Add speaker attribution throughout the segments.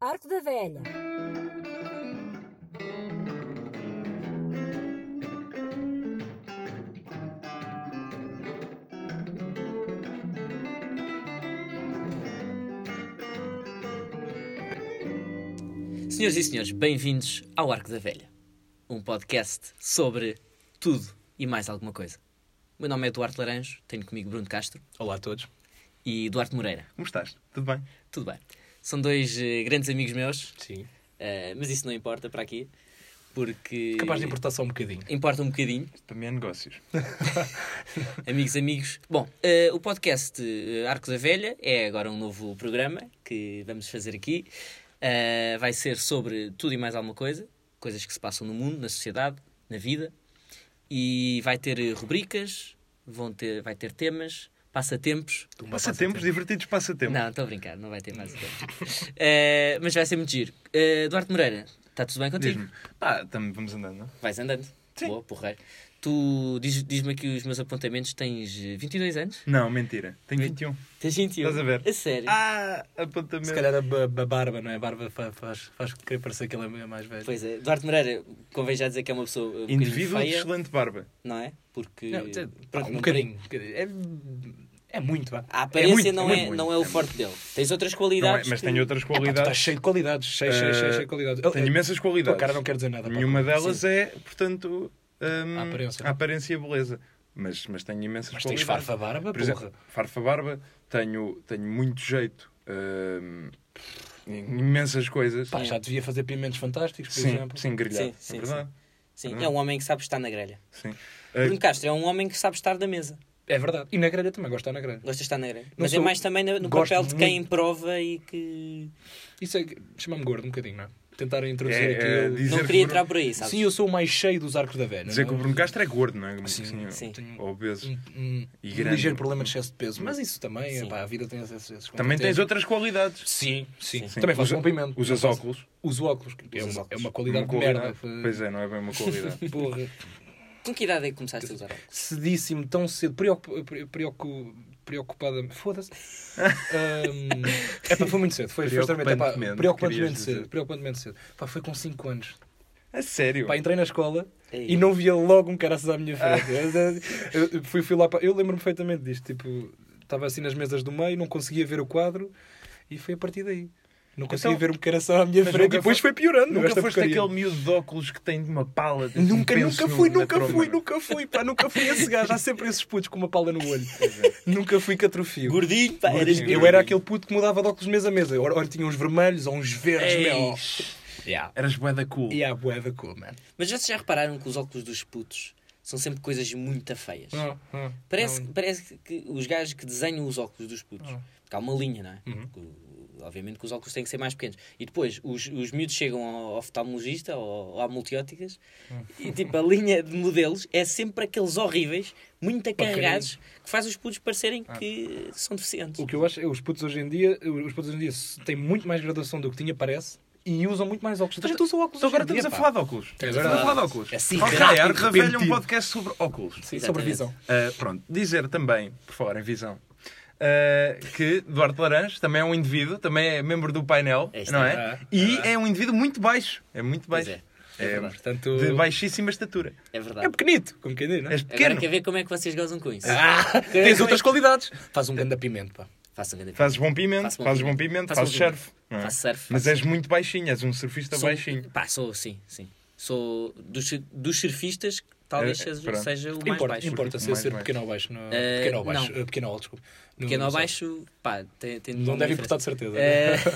Speaker 1: Arco da Velha.
Speaker 2: Senhoras e senhores, bem-vindos ao Arco da Velha, um podcast sobre tudo e mais alguma coisa. O meu nome é Duarte Laranjo, tenho comigo Bruno Castro
Speaker 3: Olá a todos.
Speaker 2: e Duarte Moreira.
Speaker 3: Como estás? Tudo bem?
Speaker 2: Tudo bem. São dois eh, grandes amigos meus,
Speaker 3: Sim.
Speaker 2: eh, mas isso não importa para aqui, porque.
Speaker 3: Capaz de importar só um bocadinho.
Speaker 2: Importa um bocadinho.
Speaker 4: Para mim é negócios.
Speaker 2: Amigos, amigos. Bom, eh, o podcast eh, Arco da Velha é agora um novo programa que vamos fazer aqui. Eh, vai ser sobre tudo e mais alguma coisa, coisas que se passam no mundo, na sociedade, na vida. E vai ter eh, rubricas, vão ter, vai ter temas, passatempos.
Speaker 4: um Passatempos, divertidos passatempos.
Speaker 2: Não, estou a brincar, não vai ter passatempos. Eh, mas vai ser muito giro. Eh, Eduardo Moreira, está tudo bem contigo?
Speaker 4: Diz-me. Pá, tam- vamos andando, não?
Speaker 2: Vais andando.
Speaker 4: Sim.
Speaker 2: Boa, porreiro. Tu diz- diz-me aqui os meus apontamentos, tens eh, 22 anos?
Speaker 4: Não, mentira. Tenho 21.
Speaker 2: Tens 21.
Speaker 4: Estás a ver?
Speaker 2: A sério.
Speaker 4: Ah, apontamento.
Speaker 3: Se calhar a, ba- ba- barba, não é? A barba fa- faz, faz querer parecer que ele é mais velho.
Speaker 2: Pois é. Duarte Moreira, convém já dizer que é uma pessoa um
Speaker 4: Indivíduo de
Speaker 2: bocadinho feia,
Speaker 4: excelente barba.
Speaker 2: não é? Porque.
Speaker 3: Não, quer dizer, pá,
Speaker 2: pronto,
Speaker 3: um
Speaker 2: não-
Speaker 3: bocadinho. um bocadinho. É, é muito, vá.
Speaker 2: A aparência
Speaker 4: muito,
Speaker 2: não,
Speaker 4: muito,
Speaker 2: é,
Speaker 4: muito,
Speaker 2: não é o forte dele. Tens outras qualidades.
Speaker 4: Não é, mas
Speaker 2: que-
Speaker 4: tenho outras
Speaker 3: É, pá, tu estás
Speaker 4: qualidades. Eh,
Speaker 3: cheio de qualidades. Cheio, cheio, cheio, cheio de qualidades. Eu-
Speaker 4: Tenho imensas
Speaker 3: eu-
Speaker 4: qualidades.
Speaker 3: O cara não quer dizer nada. pá.
Speaker 4: Nenhuma delas
Speaker 3: Sim.
Speaker 4: é, portanto, hum,
Speaker 3: A aparência.
Speaker 4: a aparência e a beleza. Mas, mas tenho imensas
Speaker 3: Mas tens
Speaker 4: qualidades.
Speaker 3: farfa barba,
Speaker 4: Por
Speaker 3: porra.
Speaker 4: exemplo, farfa barba, tenho, tenho muito jeito. hum, em imensas coisas.
Speaker 3: Pá, já devia fazer pimentos fantásticos, por
Speaker 4: sim,
Speaker 3: exemplo.
Speaker 4: sim, grelhado.
Speaker 2: Sim, sim,
Speaker 4: é verdade.
Speaker 2: Sim, é um homem que sabe estar na grelha.
Speaker 4: Sim.
Speaker 2: Bruno Castro é um homem que sabe estar da mesa.
Speaker 3: É verdade. E na grelha também, gosto de estar na grelha.
Speaker 2: Gosta de estar na grelha. Mas é
Speaker 3: sou-
Speaker 2: mais também no, no
Speaker 3: gosto
Speaker 2: papel de quem
Speaker 3: muito.
Speaker 2: prova e que.
Speaker 3: Isso é. que- Chama-me gordo um bocadinho, não é? Tentar
Speaker 4: Ah,
Speaker 3: introduzir aqui.
Speaker 4: é, é,
Speaker 3: eu-
Speaker 4: dizer
Speaker 2: não
Speaker 4: que
Speaker 2: queria
Speaker 4: Bruno-
Speaker 2: entrar por aí, sabes?
Speaker 3: Sim, eu sou o mais cheio dos arcos da velha.
Speaker 4: Dizer
Speaker 3: não
Speaker 4: que
Speaker 3: é?
Speaker 4: o Bruno Castro é gordo, não é?
Speaker 3: Sim,
Speaker 4: Sim,
Speaker 2: sim.
Speaker 3: Tenho-
Speaker 4: Obeso.
Speaker 3: um, um-
Speaker 4: E
Speaker 3: um
Speaker 4: grande.
Speaker 3: ligeiro problema de excesso de peso. Mas isso também,
Speaker 2: Sim.
Speaker 3: pá, a vida tem esses, esses
Speaker 4: Também tens outras qualidades.
Speaker 3: Sim, sim.
Speaker 4: Sim.
Speaker 3: Também faz
Speaker 4: Usa-
Speaker 3: comprimento.
Speaker 4: Usas
Speaker 3: Faz-
Speaker 4: óculos.
Speaker 3: Uso óculos. que É
Speaker 2: Usas
Speaker 3: uma,
Speaker 2: óculos.
Speaker 3: é uma qualidade
Speaker 4: Uma
Speaker 3: de merda.
Speaker 4: Pois é, não é bem uma qualidade.
Speaker 3: Porra.
Speaker 2: Com que idade é que começaste a usar óculos?
Speaker 3: Cedíssimo, tão cedo. Preocup, pre- preocu- preocupada. Foda-se. é pá, foi muito cedo. Foi foi extremamente. epá,
Speaker 4: Preocupantemente,
Speaker 3: preocupantemente
Speaker 4: querias dizer.
Speaker 3: cedo. Preocupantemente cedo. Pá, foi com 5 anos.
Speaker 4: A É sério.
Speaker 3: Pá, então, entrei na escola
Speaker 4: É
Speaker 2: Ei.
Speaker 3: e não via logo um caraças à minha frente. Eu- eu fui, fui lá para... Eu lembro-me perfeitamente disto. Tipo, estava assim nas mesas do meio, não conseguia ver o quadro e foi a partir daí. Não conseguia
Speaker 4: Então-
Speaker 3: ver um caraças à minha
Speaker 4: Mas
Speaker 3: frente e
Speaker 4: nunca
Speaker 3: depois
Speaker 4: fo-
Speaker 3: foi piorando.
Speaker 4: Nunca
Speaker 3: esta
Speaker 4: foste
Speaker 3: porcaria.
Speaker 4: aquele miúdo de óculos que tem de uma pala. tem
Speaker 3: Nunca,
Speaker 4: um penso
Speaker 3: nunca fui,
Speaker 4: no- na
Speaker 3: nunca
Speaker 4: tromba,
Speaker 3: fui,
Speaker 4: não é?
Speaker 3: nunca fui, pá, nunca fui esse gajo. Há sempre esses putos com uma pala no olho. nunca fui que atrofio.
Speaker 2: Gordinho, pá, eras
Speaker 4: Gordinho.
Speaker 3: Eu era aquele puto que mudava de óculos de mesa a mesa. Ora, ora tinha uns vermelhos ou uns
Speaker 4: É
Speaker 3: verdes, meu. Yeah.
Speaker 4: Eras bué da cool.
Speaker 3: E é a bué da cool, man.
Speaker 2: Mas vocês já repararam que os óculos dos putos são sempre coisas muito feias?
Speaker 4: Hum,
Speaker 2: Parece, parece que os gajos que desenham os óculos dos putos,
Speaker 4: Hum.
Speaker 2: porque há uma linha, não é?
Speaker 4: Uhum.
Speaker 2: Que, Obviamente que os óculos têm que ser mais pequenos. E depois os, os miúdos chegam ao oftalmologista ou, ou à multióticas
Speaker 4: Hum.
Speaker 2: e tipo a linha de modelos é sempre aqueles horríveis, muito carregados, que faz os putos parecerem
Speaker 4: Ah.
Speaker 2: que são deficientes.
Speaker 3: O que eu acho é que os putos hoje em dia, os putos hoje em dia têm muito mais graduação do que tinha, parece, e usam muito mais óculos. Então, usa óculos
Speaker 4: Então agora estamos a falar de óculos. Estamos a falar de óculos.
Speaker 3: É assim,
Speaker 4: Ok,
Speaker 3: rápido,
Speaker 4: Arco da Velha é um
Speaker 3: repentino.
Speaker 4: podcast sobre óculos.
Speaker 3: Sim,
Speaker 2: Exatamente.
Speaker 3: sobre visão.
Speaker 4: Uh, pronto, dizer também, por falar em visão, uh, que Duarte Laranjo também é um indivíduo, também é membro do painel,
Speaker 2: Este
Speaker 4: não
Speaker 3: é.
Speaker 4: é?
Speaker 3: Ah,
Speaker 4: E é um indivíduo muito baixo. É muito
Speaker 2: Pois
Speaker 4: baixo.
Speaker 2: é,
Speaker 4: É,
Speaker 3: Portanto,
Speaker 4: de baixíssima estatura.
Speaker 2: é verdade.
Speaker 3: é pequenito, como quem diz, não é?
Speaker 4: És
Speaker 2: Agora
Speaker 4: pequeno.
Speaker 2: quer ver como é que vocês gozam com isso.
Speaker 3: Ah, tens outras qualidades. Faz um grande apimento, pá.
Speaker 2: Façam um grande
Speaker 4: Fazes bom pimento,
Speaker 2: Faço bom
Speaker 4: fazes bom
Speaker 2: pimento.
Speaker 4: um pimento,
Speaker 2: Faço
Speaker 4: fazes
Speaker 2: bom pimento.
Speaker 4: surf. não é?
Speaker 2: Faço surf,
Speaker 4: Mas
Speaker 2: faço
Speaker 4: és muito baixinho, és um surfista
Speaker 2: Sou-
Speaker 4: baixinho.
Speaker 2: Pá, sou, sim, sim. Sou dos, dos surfistas, talvez
Speaker 4: É, é,
Speaker 2: seja,
Speaker 4: pronto.
Speaker 2: seja o mais
Speaker 3: Importa,
Speaker 2: baixo.
Speaker 3: importa
Speaker 4: Porque
Speaker 3: ser,
Speaker 4: mais
Speaker 3: ser
Speaker 4: baixo.
Speaker 3: pequeno ou baixo. No,
Speaker 2: Eh,
Speaker 3: pequeno ou baixo.
Speaker 2: não.
Speaker 3: eh, Pequeno ou alto, desculpa. No-
Speaker 2: Pequeno
Speaker 3: no-
Speaker 2: ou baixo, pá, tem, tem
Speaker 3: Não é? deve importar de
Speaker 2: diferença.
Speaker 3: certeza.
Speaker 2: Eh,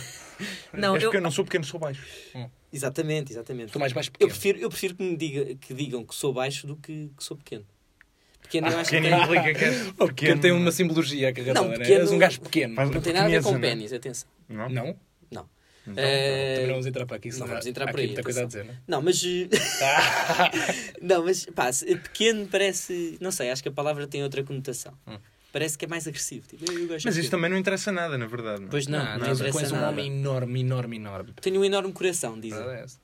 Speaker 2: não,
Speaker 4: és
Speaker 2: eu,
Speaker 4: pequeno, é não sou pequeno, sou baixo.
Speaker 2: Exatamente, exatamente.
Speaker 3: Sou mais baixo
Speaker 2: eu
Speaker 3: pequeno.
Speaker 2: prefiro, eu prefiro que me diga, que digam que sou baixo do que, que sou pequeno. Pequeno eu acho que
Speaker 4: Ah,
Speaker 2: é. tem, não
Speaker 4: Pequeno é implica que és
Speaker 3: Oh,
Speaker 4: pequeno.
Speaker 3: pequeno tem uma simbologia agarrada,
Speaker 2: Não,
Speaker 3: não,
Speaker 2: pequeno-
Speaker 3: És um gajo pequeno.
Speaker 4: Faz-
Speaker 2: tem nada a ver
Speaker 4: Pequeneza,
Speaker 2: com
Speaker 4: não é?
Speaker 2: pênis, atenção.
Speaker 4: Não? é?
Speaker 3: Não?
Speaker 2: Não.
Speaker 4: Então,
Speaker 2: Eh,
Speaker 3: Também não vamos entrar para aqui, senão
Speaker 2: não vamos
Speaker 3: há-
Speaker 2: entrar
Speaker 3: há
Speaker 2: por
Speaker 3: aqui
Speaker 2: aí,
Speaker 3: muita coisa a
Speaker 2: atenção.
Speaker 3: dizer, não é?
Speaker 2: Não, mas. eh, não, mas pá, se- pequeno parece. Não sei, acho que a palavra tem outra conotação.
Speaker 3: Hum.
Speaker 2: Parece que é mais agressivo. Tipo, eu, eu gosto
Speaker 4: Mas
Speaker 2: de
Speaker 4: isto
Speaker 2: pequeno.
Speaker 4: também não interessa nada, na verdade. não é?
Speaker 2: Pois não, não,
Speaker 3: Tens-
Speaker 2: interessa
Speaker 3: és um
Speaker 2: nada.
Speaker 3: homem enorme, enorme, enorme.
Speaker 2: Tenho um enorme coração, dizem. Eh,
Speaker 3: Nada dessa.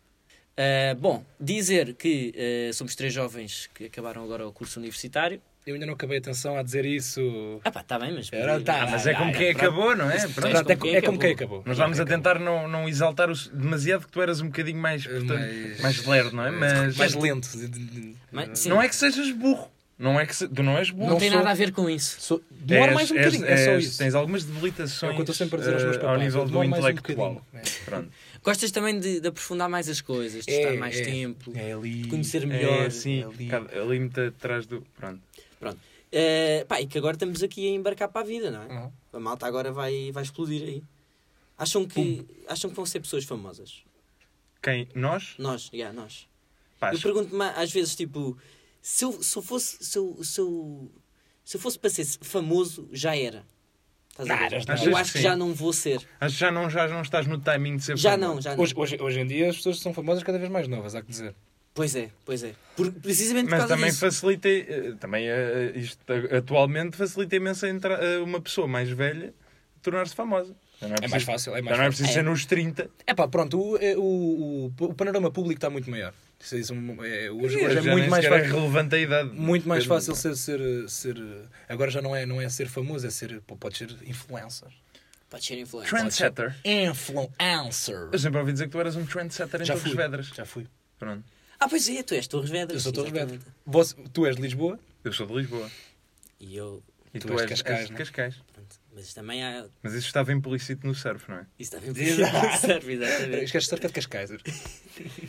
Speaker 2: Uh, bom, dizer que uh, somos três jovens que acabaram agora o curso universitário,
Speaker 3: Eu ainda não acabei atenção a dizer isso.
Speaker 2: Ah pá, está bem, mas...
Speaker 3: Era, tá,
Speaker 4: Ah, mas é como quem acabou, não é? Pronto.
Speaker 2: Mas
Speaker 3: Pronto, é,
Speaker 2: como
Speaker 3: co-
Speaker 2: quem
Speaker 3: é como quem
Speaker 2: acabou.
Speaker 3: acabou.
Speaker 4: Nós vamos a tentar não, não exaltar o, demasiado que tu eras um bocadinho mais, portanto,
Speaker 3: Eh, mais- eh,
Speaker 4: mais lerdo, não é? Mas,
Speaker 3: Mais lento. de- de- de-
Speaker 2: Mas, sim,
Speaker 4: não é que sejas burro. Não é que se- tu não és burro.
Speaker 2: não
Speaker 3: não
Speaker 2: tem
Speaker 3: sou-
Speaker 2: nada a ver com isso.
Speaker 3: Sou- Demora
Speaker 4: És-
Speaker 3: mais um
Speaker 4: és-
Speaker 3: bocadinho, é só
Speaker 4: és-
Speaker 3: isso.
Speaker 4: Tens algumas debilitações
Speaker 3: É o que eu estou sempre a dizer aos meus
Speaker 4: eh,
Speaker 3: papais.
Speaker 4: ao nível
Speaker 3: eu
Speaker 4: do
Speaker 3: demoro mais um
Speaker 4: intelectual. É,
Speaker 3: bocadinho.
Speaker 4: Pronto.
Speaker 2: Gostas também de, de aprofundar mais as coisas, de
Speaker 3: É,
Speaker 2: estar mais
Speaker 3: é.
Speaker 2: tempo.
Speaker 3: É ali.
Speaker 2: conhecer melhor.
Speaker 4: É assim,
Speaker 3: ali.
Speaker 4: cada- ali muito atrás do. Pronto.
Speaker 2: Eh, pá, e que agora estamos aqui a embarcar para a vida, não é?
Speaker 3: Uhum.
Speaker 2: A malta agora vai, vai explodir aí. Acham que, acham que vão ser pessoas famosas?
Speaker 4: Quem? Nós?
Speaker 2: Nós, yeah, nós.
Speaker 4: Pá,
Speaker 2: Eu pergunto-me às vezes, tipo, se eu, se eu fosse. Se eu, se, eu, se eu fosse para ser famoso, já era. Estás a ver?
Speaker 4: não.
Speaker 2: Eu
Speaker 4: Achas
Speaker 2: acho
Speaker 4: que
Speaker 2: que já
Speaker 4: sim?
Speaker 2: não vou ser.
Speaker 4: Acho que já não, já não estás no timing de ser
Speaker 2: Já
Speaker 4: famoso.
Speaker 2: não, já não.
Speaker 3: Hoje, hoje, hoje em dia as pessoas são famosas cada vez mais novas, há que dizer.
Speaker 2: Pois é, pois é. Por- precisamente por
Speaker 4: Mas
Speaker 2: causa
Speaker 4: também
Speaker 2: disso.
Speaker 4: facilita, eh, também eh, isto eh, atualmente facilita imenso a entra- eh, uma pessoa mais velha tornar-se famosa. Já não
Speaker 3: É
Speaker 4: preciso-
Speaker 3: mais fácil, é
Speaker 4: já
Speaker 3: mais
Speaker 4: não é
Speaker 3: fácil.
Speaker 4: preciso
Speaker 2: É.
Speaker 4: ser nos 30.
Speaker 3: É pá, pronto, o, é, o, o, o panorama público está muito maior. Isso, isso é, hoje, hoje
Speaker 4: Já
Speaker 3: é
Speaker 4: nem
Speaker 3: muito mais
Speaker 4: sequer
Speaker 3: fácil.
Speaker 4: É relevante a idade.
Speaker 3: Muito mais
Speaker 4: Depois-
Speaker 3: fácil ser, ser, ser. Agora já não é, não é ser famoso, é ser. pô, Pode ser influencer.
Speaker 2: Pode ser influencer.
Speaker 4: Trendsetter.
Speaker 3: Influencer!
Speaker 4: Eu sempre ouvi dizer que tu eras um trendsetter em
Speaker 3: Já
Speaker 4: Torres
Speaker 3: fui.
Speaker 4: Vedras.
Speaker 3: Já fui.
Speaker 4: Pronto.
Speaker 2: Ah, pois é, tu és Torres Vedras.
Speaker 3: Eu sou Torres Vedras.
Speaker 2: exatamente.
Speaker 3: Você- Tu és de Lisboa?
Speaker 4: Eu sou de Lisboa.
Speaker 2: E eu.
Speaker 4: E
Speaker 3: Tu
Speaker 4: tu,
Speaker 3: és
Speaker 4: és,
Speaker 3: de Cascais,
Speaker 4: és de
Speaker 3: não é?
Speaker 4: Cascais.
Speaker 2: Pronto, mas também há.
Speaker 4: Mas isso estava implícito no surf, não é?
Speaker 2: Isso também serve, exatamente.
Speaker 3: Esquece cerca Eh, de Cascais.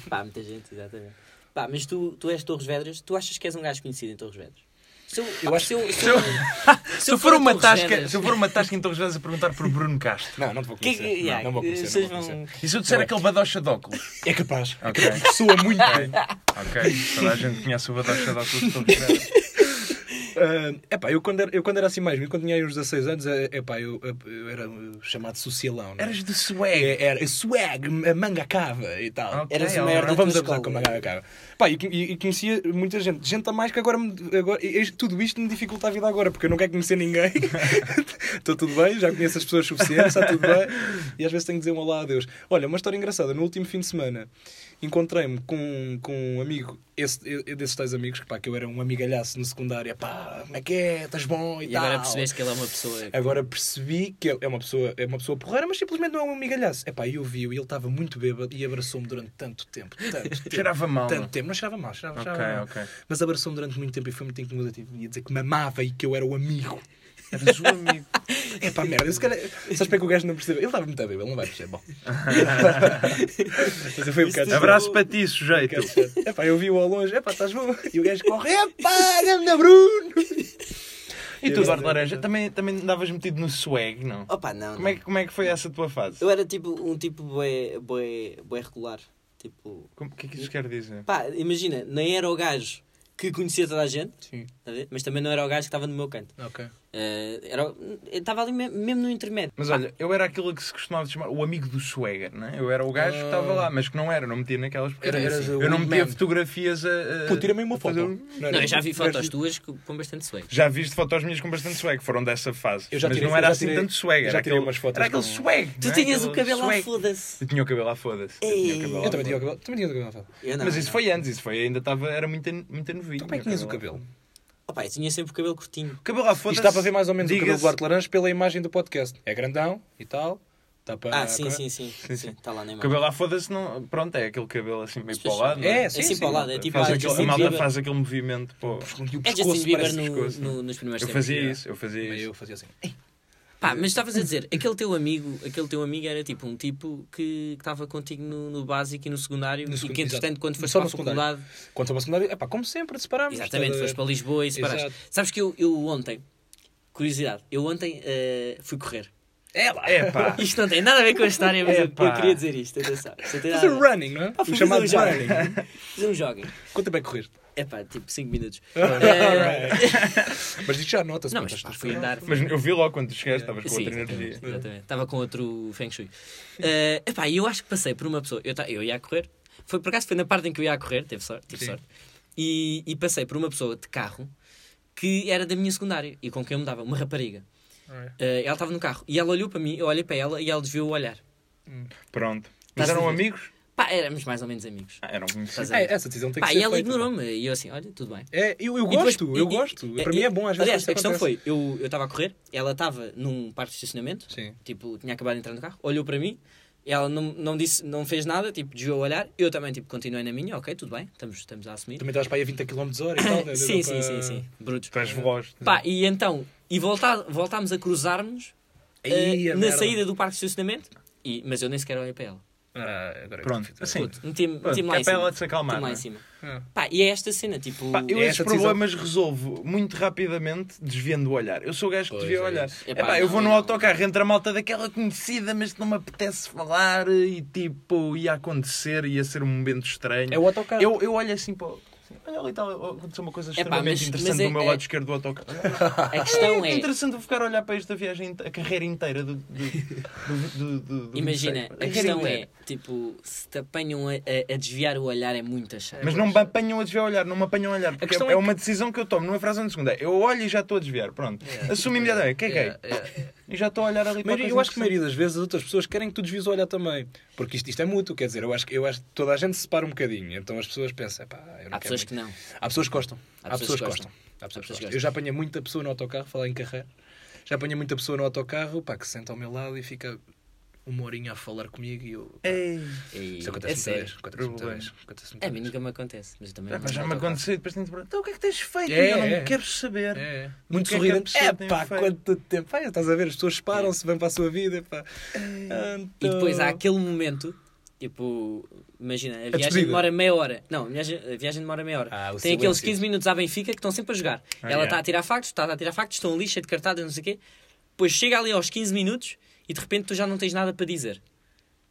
Speaker 2: Pá, muita gente, exatamente. Pá, mas tu, tu és de Torres Vedras, tu achas que és um gajo conhecido em Torres Vedras? Se eu, pá,
Speaker 3: acho-
Speaker 2: se eu, se eu, se eu for a Torres Vedras-
Speaker 4: for uma tasca em Torres Vedras a perguntar por Bruno Castro.
Speaker 3: Não, não te vou
Speaker 2: que,
Speaker 3: conhecer.
Speaker 2: que, yeah,
Speaker 3: não, não vou
Speaker 2: que
Speaker 3: conhecer.
Speaker 2: vocês
Speaker 3: Não vou
Speaker 2: vão-
Speaker 3: conhecer.
Speaker 4: E se eu disser aquele badocha de óculos?
Speaker 3: É capaz.
Speaker 4: Ok.
Speaker 3: Soa muito bem.
Speaker 4: ok. Toda a gente conhece o badocha de óculos de Torres Vedras.
Speaker 3: é epá, eu quando, era, eu quando era assim mais, eu quando tinha aí uns 16 anos, é- epá, eu, eu era uh, chamado socialão. não é?
Speaker 4: Eras de swag.
Speaker 3: É, era swag, a manga cava e tal.
Speaker 4: Ok,
Speaker 2: Eras o
Speaker 4: ok.
Speaker 2: maior da
Speaker 3: Não vamos
Speaker 2: tua
Speaker 3: abusar com a
Speaker 2: escola.
Speaker 3: manga cava. Pá, e, e- e conhecia muita gente. Gente a mais que agora, me- agora e- e- tudo isto me dificulta a vida agora, porque eu não quero conhecer ninguém. Estou tudo bem, já conheço as pessoas suficientes, está tudo bem. E às vezes tenho que dizer um olá a Deus. Olha, uma história engraçada. No último fim de semana encontrei-me com, com um amigo, esse, eu- desses tais amigos, que pá, que eu era um amigalhaço no secundário. Pá, como é que é? Estás bom e,
Speaker 2: E
Speaker 3: tal.
Speaker 2: agora percebeste que ele é uma pessoa.
Speaker 3: Agora percebi que ele é uma pessoa, é uma pessoa porreira, mas simplesmente não é um amigalhaço. Epá, eu vi-o e ele estava muito bêbado e abraçou-me durante tanto tempo. Tanto tempo.
Speaker 4: Cheirava mal, não?
Speaker 3: Tanto tempo. Não cheirava mal, cheirava,
Speaker 4: Ok,
Speaker 3: cheirava mal.
Speaker 4: ok.
Speaker 3: Mas abraçou-me durante muito tempo e foi muito incomodativo. Ia dizer que me amava e que eu era o amigo.
Speaker 4: Eras o amigo.
Speaker 3: Epá, merda, se calhar... Sabes porque é que o gajo não percebeu? Ele estava muito bêbado, ele não vai perceber. Bom. mas eu fui um bocado...
Speaker 4: é Abraço para ti, sujeito.
Speaker 3: Epá, eu vi-o ao longe. Epá, estás bom? E o gajo corre. Epá, grande Bruno!
Speaker 4: E tu,
Speaker 3: Eu-
Speaker 4: Eduardo Laranja, também, também andavas metido no swag, não?
Speaker 2: Opa, não.
Speaker 4: Como é, que, como é que foi essa tua fase?
Speaker 2: Eu era tipo um tipo bué, bué, bué regular. Tipo.
Speaker 4: Como- O que é que isso quer dizer?
Speaker 2: Pá, imagina, nem era o gajo que conhecia toda a gente,
Speaker 3: Sim,
Speaker 2: tá a ver? mas também não era o gajo que estava no meu canto.
Speaker 3: ok.
Speaker 2: Eh, era, o- eu estava ali me- mesmo no intermédio.
Speaker 4: Mas olha, eu era aquilo que se costumava chamar o amigo do swagger, né? Eu era o gajo que
Speaker 3: Ah.
Speaker 4: estava lá, mas que não era, não metia naquelas porque
Speaker 3: Era- eras o
Speaker 4: eu não metia
Speaker 3: wingman.
Speaker 4: fotografias a. a-
Speaker 3: Pô, tira-me uma
Speaker 4: a
Speaker 3: foto.
Speaker 4: fazer um-
Speaker 3: era-
Speaker 2: Não, eu já vi
Speaker 3: não era
Speaker 2: fotos
Speaker 3: tipo-
Speaker 2: tuas com com bastante swag.
Speaker 4: Já viste fotos minhas com bastante swag, foram dessa fase.
Speaker 3: Eu já
Speaker 4: mas
Speaker 3: tirei-
Speaker 4: não era
Speaker 3: eu já
Speaker 4: assim
Speaker 3: tirei-
Speaker 4: tanto swag,
Speaker 3: eu
Speaker 4: era
Speaker 3: já tirei
Speaker 4: aquele,
Speaker 3: umas fotos
Speaker 4: era aquele
Speaker 3: com-
Speaker 4: swag.
Speaker 2: Tu
Speaker 4: não é?
Speaker 2: tinhas o
Speaker 4: Aquele
Speaker 2: cabelo à
Speaker 4: swag.
Speaker 2: foda-se.
Speaker 4: Eu tinha o cabelo à foda-se.
Speaker 2: Ei.
Speaker 3: Eu também tinha o cabelo. Também tinha o cabelo. Rafael.
Speaker 2: Eu não,
Speaker 4: Mas
Speaker 2: eu
Speaker 4: isso
Speaker 2: não.
Speaker 4: foi antes, isso foi ainda estava, era muito, muito novinho.
Speaker 3: Então como é que tinhas o cabelo?
Speaker 2: Opa, eu tinha sempre o cabelo curtinho.
Speaker 4: O cabelo à
Speaker 3: Isto
Speaker 4: foda-se.
Speaker 3: está para ver mais ou menos o cabelo do
Speaker 4: diga-se-
Speaker 3: Duarte Laranjo pela imagem do podcast. É grandão e tal. Está para...
Speaker 2: Ah, sim, sim, sim.
Speaker 4: sim.
Speaker 2: Está lá na
Speaker 4: O
Speaker 2: imagem.
Speaker 4: cabelo à foda-se não. Pronto, é aquele cabelo assim meio
Speaker 2: As
Speaker 4: para o
Speaker 2: pessoas-
Speaker 4: lado. não
Speaker 3: É,
Speaker 2: É
Speaker 3: sim,
Speaker 2: assim
Speaker 3: sim,
Speaker 2: para o lado, é tipo
Speaker 4: faz
Speaker 2: ah,
Speaker 4: aquele, a
Speaker 2: Justin
Speaker 4: malta
Speaker 2: Bieber.
Speaker 4: faz aquele movimento. Pô.
Speaker 3: Escondi o
Speaker 2: É Justin
Speaker 3: pescoço,
Speaker 2: Bieber
Speaker 3: parece...
Speaker 2: no,
Speaker 4: pescoço,
Speaker 2: no- nos primeiros
Speaker 4: Eu
Speaker 2: tempos.
Speaker 4: fazia isso, eu fazia
Speaker 3: Mas
Speaker 4: isso.
Speaker 3: Eu fazia assim.
Speaker 2: Pá, mas estavas a dizer, aquele teu amigo, aquele teu amigo era tipo um tipo que que estava contigo no, no básico e no secundário
Speaker 3: No
Speaker 2: e
Speaker 3: secundário,
Speaker 2: que entretanto
Speaker 3: exato.
Speaker 2: quando foste
Speaker 3: Só
Speaker 2: para a
Speaker 3: no secundário.
Speaker 2: faculdade,
Speaker 3: Quanto ao secundário, é pá, como sempre, separámos.
Speaker 2: exatamente, foste para Lisboa e separaste.
Speaker 3: Exato.
Speaker 2: Sabes que eu, eu ontem, curiosidade, eu ontem eh, fui correr.
Speaker 3: É lá.
Speaker 4: É pá.
Speaker 2: Isto não tem nada a ver com a história, mas eu,
Speaker 4: Epá.
Speaker 2: eu queria dizer isto, atenção. Isto não tem nada a
Speaker 3: Fazer o
Speaker 2: ver.
Speaker 3: running, não é?
Speaker 2: Ah,
Speaker 3: o
Speaker 2: fui
Speaker 3: chamado
Speaker 2: fazer um
Speaker 3: running.
Speaker 2: jogging. Fazer um jogging.
Speaker 3: Quanto tempo é que correste?
Speaker 2: É pá, tipo 5 minutos. Eh,
Speaker 3: Alright. mas isto já nota-se.
Speaker 2: não,
Speaker 3: quanto
Speaker 2: mas pá,
Speaker 3: estás
Speaker 2: fui
Speaker 3: a-
Speaker 2: andar,
Speaker 4: Mas eu vi logo quando tu chegaste, estavas com
Speaker 2: Sim,
Speaker 4: outra
Speaker 2: exatamente,
Speaker 4: energia.
Speaker 2: exatamente. Estava com outro Feng Shui. Eh, epá, eu acho que passei por uma pessoa. Eu, ta- eu ia a correr. Foi por acaso foi na parte em que eu ia a correr, teve sorte, tive
Speaker 4: Sim.
Speaker 2: sorte. E, e passei por uma pessoa de carro que era da minha secundária e com quem eu me dava, uma rapariga.
Speaker 3: Alright.
Speaker 2: Eh, ela estava no carro e ela olhou para mim, eu olhei para ela e ela desviou o olhar.
Speaker 4: Pronto.
Speaker 2: Estás
Speaker 4: Mas
Speaker 2: a
Speaker 4: eram
Speaker 2: ver?
Speaker 4: amigos?
Speaker 2: Pá, éramos mais ou menos amigos.
Speaker 4: Ah, eu não conhecia.
Speaker 2: Estás a
Speaker 3: É,
Speaker 2: ver?
Speaker 3: essa decisão tem
Speaker 2: Pá,
Speaker 3: que ser
Speaker 2: e ela
Speaker 3: feita.
Speaker 2: ignorou-me. E eu assim, olha, tudo bem.
Speaker 3: É, eu, eu
Speaker 2: E depois-
Speaker 3: gosto,
Speaker 2: e-
Speaker 3: eu
Speaker 2: e-
Speaker 3: gosto.
Speaker 2: e-
Speaker 3: Para mim é bom, às vezes.
Speaker 2: Aliás,
Speaker 3: isso
Speaker 2: a questão
Speaker 3: acontece.
Speaker 2: foi: eu eu estava a correr, ela estava num parque de estacionamento,
Speaker 3: Sim.
Speaker 2: tipo, tinha acabado de entrar no carro, olhou para mim, ela não, não disse, não fez nada, tipo, desviou o olhar. Eu também, tipo, continuei na minha, ok, tudo bem, estamos, estamos a assumir.
Speaker 3: Também estás para aí a 20 km hora e tal. né?
Speaker 2: sim,
Speaker 3: Deu
Speaker 2: sim,
Speaker 3: para-
Speaker 2: sim, sim, brutos.
Speaker 4: Tu és veloz.
Speaker 2: Pá, e então, e volta, voltámos a cruzarmos
Speaker 3: Aí,
Speaker 2: eh,
Speaker 3: a
Speaker 2: na
Speaker 3: merda.
Speaker 2: saída do parque de estacionamento, e, mas eu nem sequer olhei para ela.
Speaker 3: Ah, agora é que
Speaker 4: Pronto,
Speaker 3: eu-
Speaker 4: assim.
Speaker 2: Puto, Meti-me
Speaker 4: Pronto,
Speaker 2: meti lá
Speaker 4: que é
Speaker 2: em
Speaker 4: para
Speaker 2: cima.
Speaker 4: ela se
Speaker 2: meti-me lá
Speaker 4: acalmar. não
Speaker 2: em
Speaker 4: é?
Speaker 2: cima.
Speaker 3: Ah.
Speaker 2: Pá, e é esta cena, tipo.
Speaker 4: Pá, eu
Speaker 3: É
Speaker 4: esses
Speaker 3: essa decisão.
Speaker 4: problemas resolvo muito rapidamente desviando o olhar. Eu sou o gajo que
Speaker 3: Pois,
Speaker 4: desvia o
Speaker 3: é
Speaker 4: olhar.
Speaker 3: isso.
Speaker 4: É
Speaker 2: Epá,
Speaker 4: pá, eu
Speaker 2: não,
Speaker 4: vou no
Speaker 2: não.
Speaker 4: autocarro, entra a malta daquela conhecida, mas que não me apetece falar e tipo, ia acontecer, ia ser um momento estranho.
Speaker 3: É o autocarro.
Speaker 4: Eu, eu olho assim para o- assim, Olha ali, tal, aconteceu uma coisa
Speaker 2: Epá,
Speaker 4: extremamente
Speaker 2: mas-
Speaker 4: interessante
Speaker 2: mas é-
Speaker 4: do meu
Speaker 2: é-
Speaker 4: lado esquerdo do autocarro.
Speaker 2: A questão
Speaker 4: é,
Speaker 2: é.
Speaker 4: interessante eu ficar a olhar para esta viagem, inte- a carreira inteira do. do, do- do- do- do-
Speaker 2: Imagina,
Speaker 4: do-
Speaker 2: a
Speaker 4: carreira
Speaker 2: questão
Speaker 4: inteira.
Speaker 2: é, tipo, se te apanham a, a- a desviar o olhar é muito chato.
Speaker 4: Mas não me apanham a desviar o olhar, não me apanham a olhar. Porque
Speaker 3: questão
Speaker 4: é,
Speaker 3: é que-
Speaker 4: uma decisão que eu tomo, não é fração de segunda. Eu olho e já estou a desviar, pronto. Assumo imediatamente, que é
Speaker 3: Yeah,
Speaker 4: gay. E já estou a olhar ali para
Speaker 3: Mas
Speaker 4: a
Speaker 3: eu
Speaker 4: coisa
Speaker 3: acho que a maioria das vezes as outras pessoas querem que tu desvies o olhar também. Porque isto, isto é mútuo, quer dizer, eu acho, que- eu acho que toda a gente se separa um bocadinho. Então as pessoas pensam, pá, eu não
Speaker 2: Há
Speaker 3: quero
Speaker 2: pessoas
Speaker 3: muito.
Speaker 2: que não.
Speaker 3: Há pessoas que gostam. Há, pessoas que gostam. Há pessoas que
Speaker 2: pessoas que
Speaker 3: gostam. Eu já apanhei muita pessoa no autocarro, falar em carreira. Já apanhei muita pessoa no autocarro, pá, que se senta ao meu lado e fica uma horinha a falar comigo e eu... pá,
Speaker 4: interessante.
Speaker 2: E-
Speaker 3: Isso
Speaker 2: é
Speaker 3: acontece muitas
Speaker 2: sério. É
Speaker 3: vezes. Acontece muitas
Speaker 4: É, Problema.
Speaker 3: vezes. Acontece
Speaker 2: A
Speaker 3: muitas
Speaker 2: mim
Speaker 3: vezes.
Speaker 2: nunca me acontece, mas eu também
Speaker 4: Ei,
Speaker 2: não
Speaker 4: já
Speaker 2: vou
Speaker 4: me
Speaker 2: ao
Speaker 4: aconteceu e depois tenho de perguntar, então o que é que tens feito?
Speaker 3: É,
Speaker 4: eu não
Speaker 3: é.
Speaker 4: quero saber.
Speaker 3: É, é.
Speaker 4: O
Speaker 3: Muito
Speaker 4: que é que a
Speaker 3: sorridente.
Speaker 4: pessoa
Speaker 3: É
Speaker 4: tem
Speaker 3: pá,
Speaker 4: feito?
Speaker 3: quanto tempo. Pá, estás a ver, as pessoas param-se, vêm para a sua vida. Pá.
Speaker 4: É.
Speaker 3: Então.
Speaker 2: autocarro. É. E depois há aquele momento, tipo, imagina, a viagem
Speaker 3: despedida.
Speaker 2: demora meia hora. Não, a viagem, a viagem demora meia hora.
Speaker 3: Ah, o
Speaker 2: Tem aqueles
Speaker 3: silêncio.
Speaker 2: 15 minutos à Benfica que estão sempre a jogar. Ela
Speaker 4: Ah, yeah.
Speaker 2: está a tirar factos, está a tirar factos, estão ali cheio de cartadas, não sei o quê. Depois chega ali aos 15 minutos e de repente tu já não tens nada para dizer.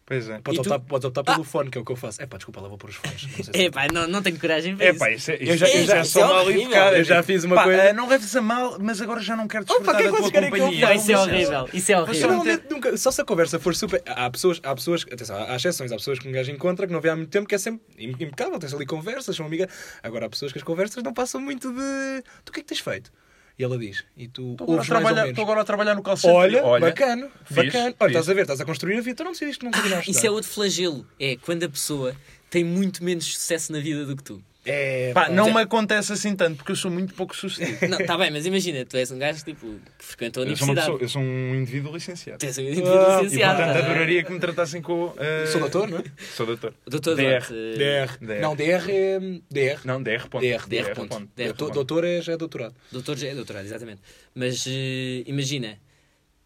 Speaker 4: Pois é.
Speaker 3: Podes
Speaker 2: E tu- Ah.
Speaker 3: optar, podes optar pelo fone, que é o que eu faço. É pá, desculpa, lá vou pôr os fones. Não sei se-
Speaker 2: É pá, não, não tenho coragem para
Speaker 4: É
Speaker 2: isso.
Speaker 4: pá, isso é, isso,
Speaker 3: Eu já-
Speaker 4: isso
Speaker 3: eu já-
Speaker 4: é
Speaker 2: isso é
Speaker 4: só mal
Speaker 2: horrível.
Speaker 4: educado.
Speaker 3: Eu já fiz uma
Speaker 4: Pá,
Speaker 3: coisa-
Speaker 4: eh, Não leves a mal, mas agora já não quero desfrutar
Speaker 3: que é que
Speaker 4: da tua
Speaker 3: vocês querem que eu
Speaker 4: companhia.
Speaker 2: Não,
Speaker 3: faça?
Speaker 2: isso é horrível. Isso é
Speaker 4: Mas
Speaker 3: Mas
Speaker 4: só
Speaker 2: horrível.
Speaker 4: não
Speaker 3: Geralmente nunca, só se a conversa for super. Há pessoas, há pessoas, atenção, há exceções, há pessoas que um gajo encontra que não vê há muito tempo que é sempre im- impecável, tens ali conversas, são amiga. Agora há pessoas que as conversas não passam muito de. Tu o que é que tens feito? E ela diz, e tu
Speaker 4: Estou agora
Speaker 3: ouves mais
Speaker 4: a
Speaker 3: ou
Speaker 4: Então trabalhar-
Speaker 3: menos.
Speaker 4: estou agora a trabalhar no call center.
Speaker 3: Olha, bacana,
Speaker 4: fiz,
Speaker 3: bacana. Olha,
Speaker 4: fiz.
Speaker 3: estás a ver, estás a construir a vida, tu não decidiste que não continuaste.
Speaker 2: Isso é outro flagelo. É quando a pessoa tem muito menos sucesso na vida do que tu.
Speaker 3: É,
Speaker 4: Pá, não me acontece assim tanto, porque eu sou muito pouco sucedido.
Speaker 2: Não, tá bem, mas imagina, tu és um gajo tipo, que frequentou a
Speaker 4: Eu sou, uma
Speaker 2: universidade.
Speaker 4: pessoa- eu sou um indivíduo licenciado.
Speaker 2: Tu és um
Speaker 3: Ah,
Speaker 2: indivíduo
Speaker 4: E
Speaker 2: licenciado. tá
Speaker 4: portanto adoraria que me tratassem com. eh,
Speaker 3: Sou doutor, não é?
Speaker 4: Sou doutor.
Speaker 2: Doutor
Speaker 4: DR.
Speaker 2: Duarte, eh,
Speaker 3: DR.
Speaker 4: DR.
Speaker 3: Não, DR é. DR.
Speaker 4: Não, DR. Ponto.
Speaker 3: DR,
Speaker 2: DR ponto. DR
Speaker 3: Doutor-
Speaker 4: ponto.
Speaker 3: Doutor é, já é doutorado.
Speaker 2: Doutor já é doutorado, exatamente. Mas eh, imagina,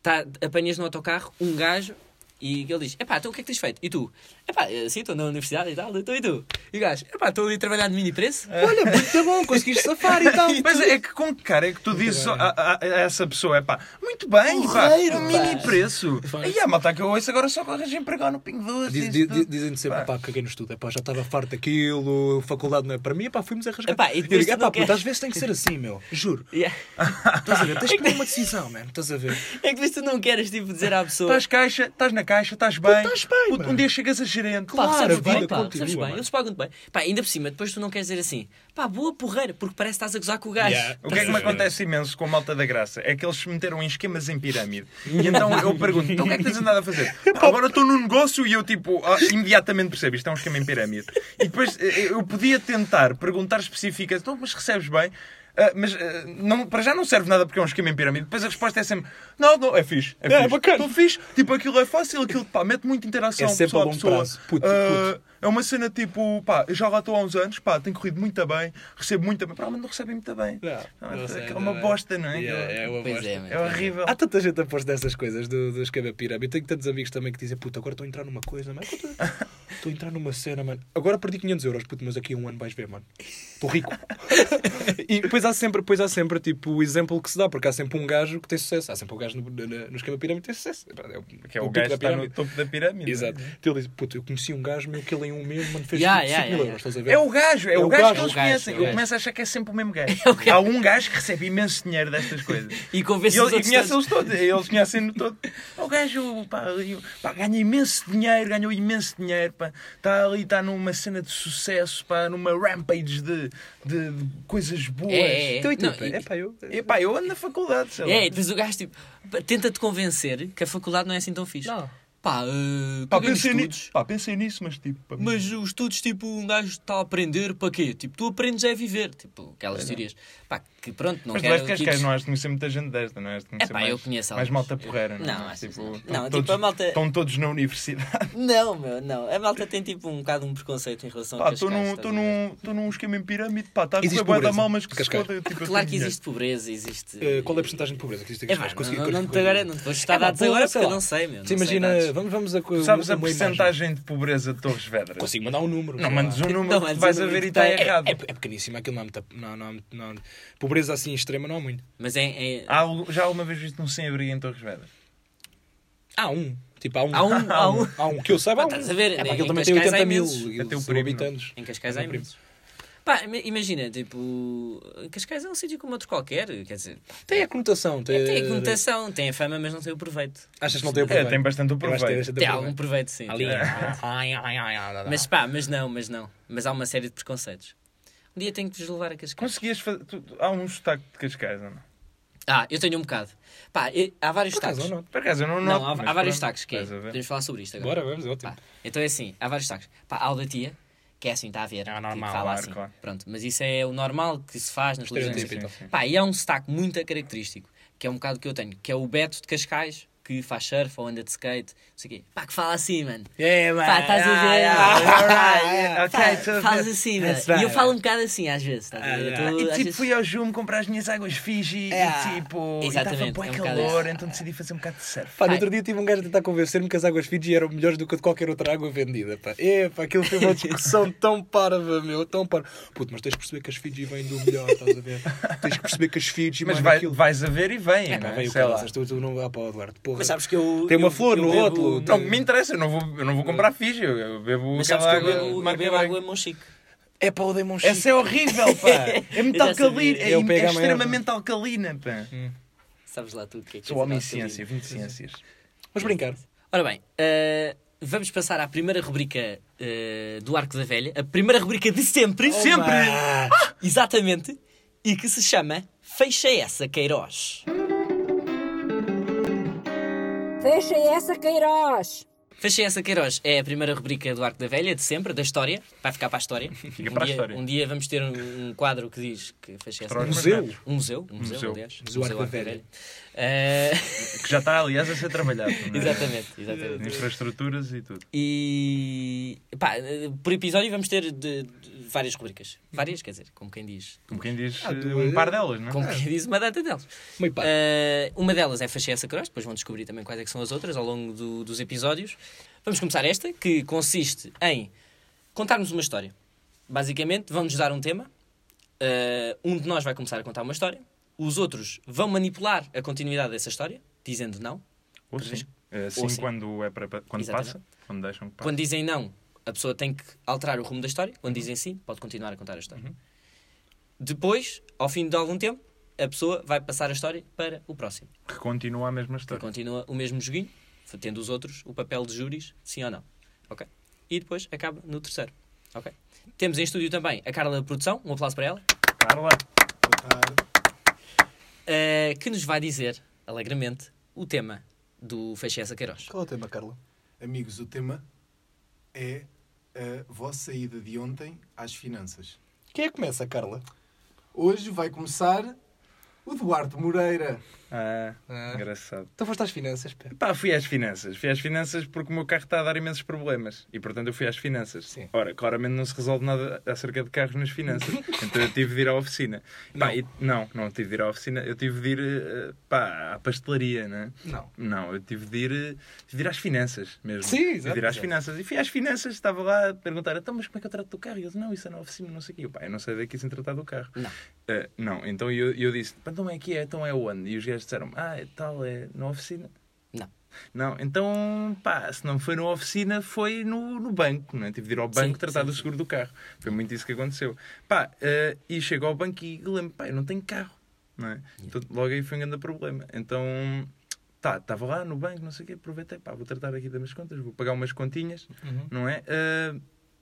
Speaker 2: tá, apanhas no autocarro um gajo e ele diz: Epá, então o que é que tens feito? E tu? Epá, eh, sim, estou na universidade e tal, então e tu? E o gajo: Epá, estou ali a trabalhar de mini preço.
Speaker 4: Ah.
Speaker 3: Olha, muito bom, conseguiste safar então. e tal.
Speaker 4: Mas é que com que cara é que tu dizes a, a- a essa pessoa? É pá, muito bem, pá,
Speaker 2: Porreiro,
Speaker 4: um
Speaker 2: pá.
Speaker 4: mini preço. E a malta que eu ouço agora só corres empregar no Pingo Doce.
Speaker 3: Diz-
Speaker 4: isto
Speaker 3: diz-
Speaker 4: tudo.
Speaker 3: dizem sempre,
Speaker 4: Pá.
Speaker 3: pá, caguei no estudo, pá, já estava farto daquilo, faculdade não é para mim, pá, fomos a rasgar.
Speaker 2: Epá, e
Speaker 3: eu
Speaker 2: depois
Speaker 3: digo,
Speaker 2: tu
Speaker 3: "Epá,
Speaker 2: não
Speaker 3: puto,
Speaker 2: queres."
Speaker 3: às vezes tem que ser assim, meu, juro.
Speaker 2: Yeah.
Speaker 3: Estás a ver, tens que tomar uma decisão, mano, estás a ver.
Speaker 2: É que vês, tu não queres tipo, dizer à pessoa.
Speaker 4: Estás caixa, estás na caixa, estás bem.
Speaker 3: estás bem,
Speaker 4: Puto,
Speaker 3: mano.
Speaker 4: Um dia chegas a gerente.
Speaker 2: Pá,
Speaker 3: Claro,
Speaker 2: recebes
Speaker 3: a
Speaker 2: bem,
Speaker 3: vida
Speaker 2: pá,
Speaker 3: continua,
Speaker 2: recebes bem,
Speaker 3: mano.
Speaker 2: eles pagam-te bem. Pá, ainda por cima, depois tu não queres dizer assim, pá, boa porreira, porque parece que estás a gozar com o gajo.
Speaker 3: Yeah.
Speaker 4: O que é que me acontece imenso com a malta da graça é que eles se meteram em esquemas em pirâmide. E então eu pergunto: então o que é que tens andado a fazer? "Pá, agora estou num negócio e eu, tipo, ah, imediatamente percebo isto é um esquema em pirâmide. E depois eh, eu podia tentar perguntar específicas: então, mas recebes bem? Ah, mas ah, não, para já não serve nada porque é um esquema em pirâmide. Depois a resposta é sempre: não, não, é fixe. É,
Speaker 3: É,
Speaker 4: fixe.
Speaker 3: é bacana.
Speaker 4: Estou fixe. Tipo, aquilo é fácil, aquilo, pá, mete muita interação.
Speaker 3: É sempre
Speaker 4: pessoa
Speaker 3: a longo
Speaker 4: pessoa.
Speaker 3: prazo. Puto,
Speaker 4: Ah,
Speaker 3: puto.
Speaker 4: é uma cena tipo, pá, eu já lá estou há uns anos, pá, tenho corrido muito bem, recebo muito bem. Provavelmente não recebem muito bem. Não, é uma bosta, não é?
Speaker 3: uma
Speaker 2: Pois é, mano.
Speaker 4: É horrível.
Speaker 3: Há tanta gente a pôr dessas coisas do, do escama pirâmide. Tenho tantos amigos também que dizem, puta, agora estou a entrar numa coisa, mano. Agora Estou estou a entrar numa cena, mano. Agora perdi 500 euros, puto, mas aqui a um ano vais ver, mano. Estou rico. e depois há sempre, depois há sempre tipo, o exemplo que se dá, porque há sempre um gajo que tem sucesso. Há sempre um gajo no, no, no escama pirâmide que tem sucesso. É o,
Speaker 4: Que é o
Speaker 3: pico
Speaker 4: gajo que
Speaker 3: da
Speaker 4: está no
Speaker 3: pirâmide.
Speaker 4: topo da pirâmide.
Speaker 3: Exato. Então ele diz, puto, eu conheci um gajo meu que ele em um mês, mano, fez
Speaker 2: Yeah, yeah,
Speaker 3: 5 mil
Speaker 2: yeah, yeah.
Speaker 3: euros, estás a ver?
Speaker 4: É o gajo, é, o gajo, que eles
Speaker 2: o gajo,
Speaker 4: conhecem.
Speaker 2: é o
Speaker 4: Eu
Speaker 2: gajo.
Speaker 4: começo a achar que é sempre o mesmo gajo. Há um gajo que recebe imenso dinheiro destas coisas.
Speaker 2: E
Speaker 4: E
Speaker 2: convences
Speaker 4: ele
Speaker 2: os
Speaker 4: e
Speaker 2: outros todos.
Speaker 4: conhece-los todos, eles conhecem-no todo. É O gajo pá, eu- pá, ganha imenso dinheiro, ganhou imenso dinheiro. pá. Está ali, está numa cena de sucesso, pá, numa rampage de, de- de coisas boas.
Speaker 2: É, é, é.
Speaker 3: Então e tu,
Speaker 2: Não,
Speaker 3: pá?
Speaker 2: e-
Speaker 3: Epá, eu...
Speaker 4: E pá,
Speaker 2: Tá
Speaker 4: eu ando na faculdade, sei lá.
Speaker 2: É, e depois o gajo tipo, pá, tenta-te convencer que a faculdade não é assim tão fixe.
Speaker 3: Não.
Speaker 1: pá, uh,
Speaker 4: Pá,
Speaker 1: caguei nos
Speaker 4: pensei, ni-
Speaker 1: estudos.
Speaker 4: pá, pensei nisso, mas tipo. pá,
Speaker 1: Mas os estudos, tipo, um gajo está a aprender para quê? Tipo, tu aprendes é a viver. Tipo, aquelas
Speaker 2: é.
Speaker 1: teorias. Pá, que pronto, não
Speaker 4: Mas tu
Speaker 1: quero...
Speaker 4: és que és
Speaker 1: que
Speaker 4: gajo,
Speaker 1: isto-
Speaker 4: não é? has de conhecer muita gente desta, não é? és de conhecer
Speaker 1: Epá,
Speaker 4: mais,
Speaker 1: eu conheço
Speaker 4: mais
Speaker 1: alguns.
Speaker 4: malta porreira, não,
Speaker 2: Não,
Speaker 4: é?
Speaker 2: acho que
Speaker 4: tipo,
Speaker 2: não.
Speaker 4: estão
Speaker 2: Não, tipo,
Speaker 4: todos,
Speaker 2: a malta-
Speaker 4: Estão todos na universidade.
Speaker 2: Não, meu, não. A malta tem tipo um bocado um preconceito em relação a
Speaker 4: Pá, estou num, estou num, estou num esquema em pirâmide, pá, está a
Speaker 3: Existe
Speaker 4: correr bué da
Speaker 3: pobreza.
Speaker 4: mal, mas que se
Speaker 3: Cascais.
Speaker 4: foda. eu, tipo, eu
Speaker 2: Claro que
Speaker 4: tenho
Speaker 2: existe pobreza, existe.
Speaker 3: Eh, qual é a porcentagem de pobreza que existe
Speaker 2: É,
Speaker 3: aqui?
Speaker 2: pá,
Speaker 3: Vais
Speaker 2: não,
Speaker 3: conseguir-
Speaker 2: não, não, te
Speaker 3: conseguir-
Speaker 2: agora, não te vou
Speaker 3: É,
Speaker 2: chutar
Speaker 3: pá,
Speaker 2: dados
Speaker 3: sei lá,
Speaker 2: agora
Speaker 3: sei
Speaker 2: porque eu
Speaker 3: lá.
Speaker 2: não sei, meu.
Speaker 3: Sim,
Speaker 2: não sei
Speaker 3: imagina,
Speaker 2: dados.
Speaker 3: vamos, vamos a.
Speaker 4: dinheiro. Sabes a
Speaker 3: uma imagem.
Speaker 4: porcentagem de pobreza de Torres Vedras?
Speaker 3: Consigo mandar um número.
Speaker 4: Não
Speaker 3: sei
Speaker 4: mandes
Speaker 3: lá.
Speaker 4: um número
Speaker 2: Não
Speaker 4: que
Speaker 2: mandes
Speaker 4: vais
Speaker 2: um
Speaker 4: a ver
Speaker 2: número
Speaker 4: e
Speaker 2: que
Speaker 4: está
Speaker 2: tem-
Speaker 4: errado.
Speaker 3: É, é pequeníssimo, aquilo não é muita. Não, não, não, pobreza assim extrema não há muito.
Speaker 2: Mas é. é-
Speaker 4: Há algo- Já alguma vez viste um sem-abrigo em Torres Vedras?
Speaker 3: Há um. Tipo, há um.
Speaker 2: Há
Speaker 4: ah,
Speaker 2: um- há um.
Speaker 3: Há um que eu saiba.
Speaker 2: Pá,
Speaker 3: há um.
Speaker 2: estás a ver?
Speaker 3: É, pá,
Speaker 2: em-
Speaker 3: aquilo
Speaker 2: em
Speaker 3: também tem
Speaker 2: Cascais
Speaker 3: 80
Speaker 2: há
Speaker 3: mil
Speaker 2: imensos.
Speaker 4: Até o
Speaker 3: sub-
Speaker 4: primo.
Speaker 3: habitantes.
Speaker 2: Em Cascais
Speaker 3: É
Speaker 2: há
Speaker 3: o primo.
Speaker 2: imensos. Pá, ima- imagina, tipo. Cascais é um sítio como outro qualquer. Quer dizer,
Speaker 3: Tem a conotação. Tem,
Speaker 2: é, tem a conotação, tem a fama, mas não tem o proveito.
Speaker 3: Achas que não tem o
Speaker 4: É,
Speaker 3: proveito?
Speaker 4: tem bastante o
Speaker 3: Eu acho que
Speaker 4: proveito. É.
Speaker 2: Tem
Speaker 3: tem bastante
Speaker 2: algum proveito, sim.
Speaker 3: Ali. É.
Speaker 2: tem algum proveito.
Speaker 3: Ai, ai, ai, ai,
Speaker 2: Mas pá, mas não, mas não. Mas há uma série de preconceitos. Um dia tenho que vos levar a Cascais.
Speaker 4: Conseguias fazer. tu- tu- Há um sotaque de Cascais, ou não?
Speaker 2: Ah, eu tenho um bocado. Pá, eu- há vários
Speaker 3: Por acaso,
Speaker 2: tacos.
Speaker 3: ou
Speaker 2: Não,
Speaker 3: não?
Speaker 4: Por acaso, eu não noto.
Speaker 2: há,
Speaker 4: mas
Speaker 2: há vários
Speaker 4: pronto,
Speaker 2: tacos que é.
Speaker 4: estás a ver.
Speaker 2: Podemos falar sobre isto agora.
Speaker 3: Bora, vamos,
Speaker 2: Pá,
Speaker 3: ótimo.
Speaker 4: Tipo,
Speaker 2: então é assim, há vários tacos. Pá, há o da tia, que é assim, está a ver.
Speaker 4: É o
Speaker 2: tipo,
Speaker 4: normal,
Speaker 2: fala
Speaker 4: claro,
Speaker 2: assim.
Speaker 4: claro.
Speaker 2: Pronto, mas isso é o normal que se faz nas
Speaker 3: Estereotipo.
Speaker 2: televisões.
Speaker 4: Sim, sim,
Speaker 3: Então.
Speaker 4: sim.
Speaker 2: Pá, e há um sotaque muito característico, que é um bocado que eu tenho, que é o Beto de Cascais, que faz surf ou anda de skate, não sei o quê. Pá, que fala assim, mano.
Speaker 3: É,
Speaker 2: Pá, estás a ver?
Speaker 4: ah, ah,
Speaker 2: Pá,
Speaker 4: ok, estou a ver.
Speaker 2: Falas assim, mano.
Speaker 3: That's right.
Speaker 2: E eu falo um bocado assim, às vezes. Estás a ver? Eu
Speaker 3: Ah,
Speaker 2: tô-
Speaker 4: E
Speaker 2: às
Speaker 4: tipo,
Speaker 2: vezes-
Speaker 4: fui ao Jume comprar as minhas águas Fiji
Speaker 2: É.
Speaker 4: e tipo,
Speaker 2: Exatamente,
Speaker 4: estava
Speaker 2: é
Speaker 4: bem
Speaker 2: um bocado
Speaker 4: calor,
Speaker 2: isso.
Speaker 4: então decidi fazer um bocado de surf.
Speaker 3: Pá, no outro dia tive um gajo a tentar convencer-me que as águas Fiji eram melhores do que de qualquer outra água vendida. Pá. É, pá, aquilo foi uma discussão tão parva, meu, tão parva. Puto, mas tens de perceber que as Fiji vêm do melhor, estás a ver? Tens de perceber que as Fiji,
Speaker 4: Mas
Speaker 3: mano,
Speaker 4: vai-
Speaker 3: aquilo...
Speaker 4: vais a ver e vem,
Speaker 3: Pá,
Speaker 4: não é?
Speaker 3: veio o
Speaker 4: sei lá.
Speaker 3: caraças, tu, tu não... Ah, pá, Eduardo, porra.
Speaker 2: Mas sabes que eu.
Speaker 3: Tem uma
Speaker 2: eu-
Speaker 3: flor
Speaker 2: eu
Speaker 3: no
Speaker 2: bebo-
Speaker 3: rótulo.
Speaker 4: Não, me interessa, eu não vou, eu não vou comprar Fiji, eu- eu bebo
Speaker 2: Mas sabes
Speaker 4: aquela
Speaker 2: que eu
Speaker 4: água.
Speaker 2: bebo, eu
Speaker 4: marca
Speaker 2: bebo
Speaker 4: bem.
Speaker 2: água Monchique.
Speaker 3: É pá, o Demon Chico.
Speaker 4: Essa é horrível, pá! É muito
Speaker 2: Eu já sabia.
Speaker 4: alcalina, é,
Speaker 3: Eu
Speaker 4: im-
Speaker 3: pego Hum,
Speaker 4: é
Speaker 3: a maior, pá.
Speaker 4: extremamente alcalina, pá!
Speaker 2: Sabes lá tu o que é que
Speaker 4: Sou
Speaker 2: é
Speaker 4: homem de
Speaker 2: esse lado
Speaker 4: ciência, vim de ciências.
Speaker 3: Vamos brincar.
Speaker 2: todo. Ora bem, eh, vamos passar à primeira rubrica eh, do Arco da Velha. A primeira rubrica de sempre. Ah,
Speaker 4: Sempre!
Speaker 2: Exatamente. E que se chama Fecha essa, Queiroz.
Speaker 5: Fecha essa, Queiroz!
Speaker 2: Fecha essa, Queiroz. É a primeira rubrica do Arco da Velha, de sempre, da história. Vai ficar para a história.
Speaker 4: Fica
Speaker 2: um
Speaker 4: para a
Speaker 2: dia,
Speaker 4: história.
Speaker 2: Um dia vamos ter um, um quadro que diz que fecha essa.
Speaker 4: Para os
Speaker 2: Queiroz.
Speaker 3: Museu?
Speaker 4: meus netos,
Speaker 2: Um museu, um museu,
Speaker 4: Museu.
Speaker 2: aliás.
Speaker 3: Museu Arco da
Speaker 2: Arco da
Speaker 3: Velha.
Speaker 2: Eh,
Speaker 4: É Que já está, aliás, a ser trabalhado. não é?
Speaker 2: exatamente, exatamente.
Speaker 4: Infraestruturas e tudo.
Speaker 2: E pá, eh, por episódio vamos ter de- de várias rubricas. Várias, quer dizer, como quem diz.
Speaker 4: Como quem diz,
Speaker 3: Ah,
Speaker 4: eh,
Speaker 3: do-
Speaker 4: um par delas, não é?
Speaker 2: Como quem diz uma data delas.
Speaker 3: Meio pá.
Speaker 2: Eh, uma delas é Fechei essa Cross, depois vão descobrir também quais é que são as outras ao longo do- dos episódios. Vamos começar esta, que consiste em contarmos uma história. Basicamente, vão-nos dar um tema, eh, um de nós vai começar a contar uma história, os outros vão manipular a continuidade dessa história, dizendo não.
Speaker 4: Ou sim. Assim
Speaker 2: Ou sim.
Speaker 4: quando, é para, quando
Speaker 2: Exatamente.
Speaker 4: passa, quando deixam que passe.
Speaker 2: Quando dizem não, a pessoa tem que alterar o rumo da história. Quando dizem sim, pode continuar a contar a
Speaker 3: Uhum.
Speaker 2: história. Depois, ao fim de algum tempo, a pessoa vai passar a história para o próximo.
Speaker 4: Que continua a mesma
Speaker 2: Que
Speaker 4: história.
Speaker 2: continua o mesmo joguinho, tendo os outros o papel de júris, sim ou não. Ok? E depois acaba no terceiro. Ok? Temos em estúdio também a Carla da Produção, um aplauso para ela,
Speaker 4: Carla,
Speaker 2: eh, que nos vai dizer, alegremente, o tema do Feche essa Queiroz.
Speaker 3: Qual é o tema, Carla?
Speaker 6: Amigos, o tema é a vossa ida de ontem às finanças.
Speaker 3: Quem é que começa, Carla?
Speaker 6: Hoje vai começar o Duarte Moreira.
Speaker 4: Ah,
Speaker 3: Ah.
Speaker 4: engraçado.
Speaker 3: Então foste às finanças, pá.
Speaker 4: Pá, fui às finanças. Fui às finanças porque o meu carro está a dar imensos problemas. E portanto eu fui às finanças.
Speaker 3: Sim.
Speaker 4: Ora, claramente não se resolve nada acerca de carros nas finanças. então eu tive de ir à oficina. Pá, e- não. não, tive de ir à oficina. Eu tive de ir eh, pá, à pastelaria, né?
Speaker 3: Não.
Speaker 4: Não, eu tive de ir, eh, tive de ir às finanças mesmo.
Speaker 3: Sim,
Speaker 4: Tive
Speaker 3: exato,
Speaker 4: de ir às
Speaker 3: exato.
Speaker 4: finanças. E fui às finanças, estava lá a perguntar, então, mas como é que eu trato do carro? E eu disse, não, isso é na oficina, não sei o quê. Eu, pá, eu não sei daqui sem tratar do carro.
Speaker 2: Não.
Speaker 4: Eh, não, então eu, eu disse, "Pá, então é que é, então é onde? E os gajos disseram, ah, é tal, é na oficina.
Speaker 2: Não.
Speaker 4: Não, então, pá, se não foi na oficina, foi no, no banco, não é? Tive de ir ao
Speaker 2: Sim,
Speaker 4: banco tratar
Speaker 2: sim,
Speaker 4: do seguro do carro. Foi muito isso que aconteceu. Pá, eh, e chego ao banco e lembro, pá, eu não tenho carro, não é? Então, logo aí foi um grande problema. Então, tá, estava lá no banco, não sei o quê, aproveitei, pá, vou tratar aqui das minhas contas, vou pagar umas continhas,
Speaker 2: Uhum.
Speaker 4: não é? Eh,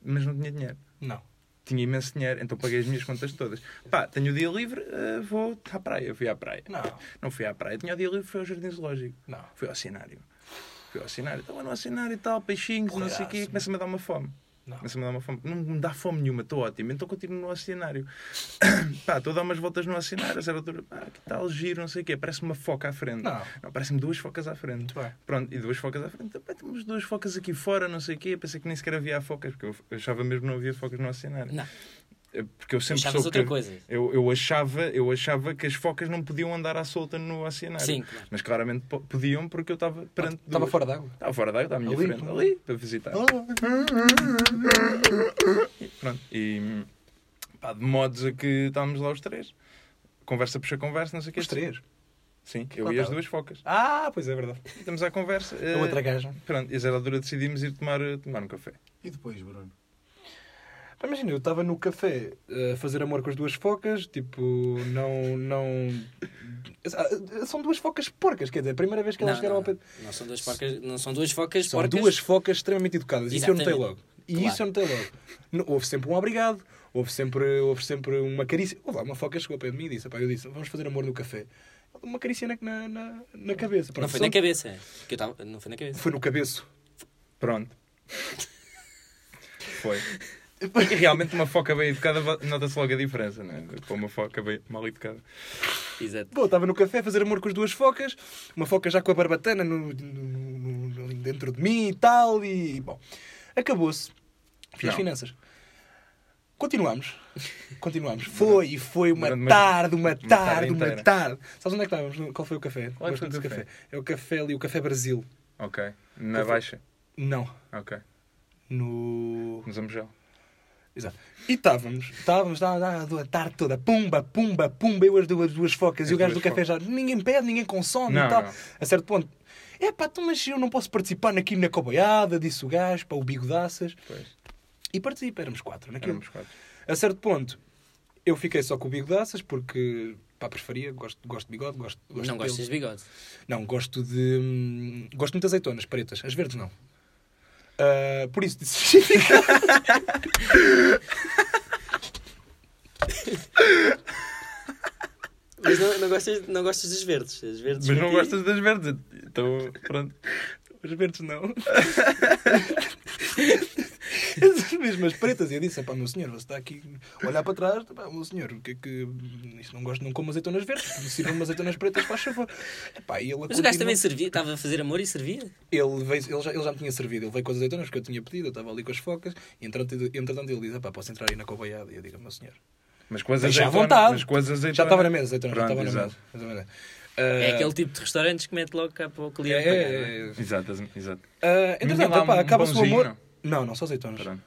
Speaker 4: mas não tinha dinheiro
Speaker 3: Não.
Speaker 4: tinha imenso dinheiro, então paguei as minhas contas todas. Pá, tenho o dia livre, eh, vou à praia. Fui à praia.
Speaker 3: Não.
Speaker 4: Não fui à praia, tinha o dia livre, fui ao Jardim Zoológico.
Speaker 3: Não.
Speaker 4: Fui ao cenário. Fui fui ao cenário, estava no cenário e tal, peixinhos, não sei o quê,
Speaker 3: Correaço.
Speaker 4: começa-me a dar uma fome.
Speaker 3: Não.
Speaker 4: Começa-me a dar uma fome. Não me dá fome nenhuma, estou ótimo. Então continuo no oceanário. Pá, estou a dar umas voltas no oceanário, a certa altura, pá, que tal giro, não sei o quê. Parece uma foca à frente.
Speaker 3: Não.
Speaker 4: parece-me duas focas à frente.
Speaker 3: bem.
Speaker 4: Pronto, e duas focas à frente. então, Pá, temos duas focas aqui fora, não sei o quê. Pensei que nem sequer havia focas, porque eu achava mesmo que não havia focas no oceanário.
Speaker 2: Não.
Speaker 4: Porque eu sempre
Speaker 2: Achavas
Speaker 4: soube
Speaker 2: outra
Speaker 4: que-
Speaker 2: coisa.
Speaker 4: eu, eu, achava, eu achava que as focas não podiam andar à solta no oceanário.
Speaker 2: Sim, claro.
Speaker 4: Mas claramente po- podiam porque eu estava perante.
Speaker 3: Estava
Speaker 4: duas.
Speaker 3: fora d'água.
Speaker 4: Estava fora da água, estava à minha
Speaker 3: Ali. Ah.
Speaker 4: frente, ali, para visitar. E Pronto. E. Pá, de modos a que estávamos lá os três. Conversa puxa conversa, não sei o quê.
Speaker 3: Os três.
Speaker 4: Sim, eu e as duas focas.
Speaker 3: Ah, pois é verdade.
Speaker 4: Estamos à conversa.
Speaker 3: A
Speaker 4: eh,
Speaker 3: É outra gaja.
Speaker 4: Pronto, e a certa altura decidimos ir tomar, tomar um café.
Speaker 6: E depois, Bruno?
Speaker 3: Pá, Imagina, eu estava no café eh, a fazer amor com as duas focas, tipo, não. não... Ah, São duas focas porcas, quer dizer, a primeira vez que elas
Speaker 2: Não,
Speaker 3: chegaram
Speaker 2: não,
Speaker 3: ao pé.
Speaker 2: Não são duas focas, não são duas focas
Speaker 3: São
Speaker 2: porcas.
Speaker 3: duas focas extremamente educadas, isso eu notei
Speaker 2: Exatamente.
Speaker 3: logo. E
Speaker 2: Claro.
Speaker 3: isso eu notei logo. Não- Houve sempre um obrigado, houve sempre, houve sempre uma carícia. Houve lá, uma foca chegou ao pé de mim e disse: "Epá, eu disse, vamos fazer amor no café. Uma carícia na, na, na- na cabeça.
Speaker 2: Não
Speaker 3: Pronto,
Speaker 2: foi
Speaker 3: são-
Speaker 2: na cabeça. Que eu tava, não foi na cabeça.
Speaker 3: Foi no cabeço.
Speaker 4: Pronto. Foi. E realmente uma foca bem educada vo- nota-se logo a diferença, não é? Com uma foca bem mal educada.
Speaker 2: Exato.
Speaker 3: Bom, estava no café a fazer amor com as duas focas, uma foca já com a barbatana no- no- no- no- dentro de mim e tal, e bom, acabou-se. Fiz as
Speaker 4: Não.
Speaker 3: finanças. Continuamos. Continuamos. Foi e foi uma
Speaker 4: Durante uma-
Speaker 3: tarde, uma
Speaker 4: uma tarde
Speaker 3: tarde, uma
Speaker 4: inteira.
Speaker 3: tarde. Sabes onde é que estávamos? Qual foi o café?
Speaker 4: Qual é que foi o
Speaker 3: Gosto desse
Speaker 4: café?
Speaker 3: É o café ali, o Café Brasil.
Speaker 4: Ok. Na baixa.
Speaker 3: Não.
Speaker 4: Ok.
Speaker 3: No.
Speaker 4: No Zambujal.
Speaker 3: Exato. E estávamos, estávamos lá, lá, lá, a tarde toda, pumba, pumba, pumba, eu as duas, duas focas
Speaker 4: As
Speaker 3: e o gajo do
Speaker 4: duas
Speaker 3: café já, ninguém pede, ninguém consome
Speaker 4: Não,
Speaker 3: e tal.
Speaker 4: não.
Speaker 3: A certo ponto, é pá, então, mas eu não posso participar aqui na coboiada, disse o gajo, para o bigodaças.
Speaker 4: Pois.
Speaker 3: E participa, éramos quatro naquilo.
Speaker 4: Éramos quatro.
Speaker 3: A certo ponto, eu fiquei só com o bigodaças porque, pá, preferia, gosto, gosto de bigode, gosto, gosto
Speaker 2: Não
Speaker 3: dele.
Speaker 2: gostas de bigode.
Speaker 3: Não, gosto de. hum, gosto muito de azeitonas pretas, as verdes não. Ah, por isso disse.
Speaker 2: Mas não, não, gostas, não gostas dos verdes. Os verdes
Speaker 4: Mas
Speaker 2: para
Speaker 4: não
Speaker 2: ti-
Speaker 4: gostas das verdes. Então, pronto.
Speaker 3: As verdes não. Mesmo as pretas, e eu disse: pá, meu senhor, você está aqui a olhar para trás, pá, meu senhor, o que é que. Isto não gosto, não como azeitonas verdes, me sirva umas azeitonas pretas, faz favor. Epá, e ele, a
Speaker 2: Mas o gajo
Speaker 3: continuar-
Speaker 2: também servia, estava a fazer amor e servia.
Speaker 3: ele, veio, ele, já, ele já me tinha servido, ele veio com as azeitonas que eu tinha pedido, eu estava ali com as focas, e entretanto, entretanto ele diz: pá, posso entrar aí na coboiada? E eu digo: meu senhor,
Speaker 4: Mas com as
Speaker 3: deixa à
Speaker 4: azeitonas-
Speaker 3: vontade.
Speaker 4: Mas com as azeitonas-
Speaker 3: Já estava na mesa, azeitonas,
Speaker 4: Pronto,
Speaker 3: já estava na
Speaker 4: exato.
Speaker 3: mesa. Mais ou menos.
Speaker 2: É
Speaker 3: Ah,
Speaker 2: aquele tipo de restaurantes que mete logo cá para o
Speaker 3: é,
Speaker 2: cliente. pagar, não é?
Speaker 3: é, é.
Speaker 4: Exato, exato.
Speaker 3: Ah,
Speaker 4: Ninguém
Speaker 3: entretanto,
Speaker 4: dá
Speaker 3: epá,
Speaker 4: um
Speaker 3: acaba-se o
Speaker 4: pãozinho,
Speaker 3: amor. Não, não, só azeitonas.
Speaker 4: Pronto.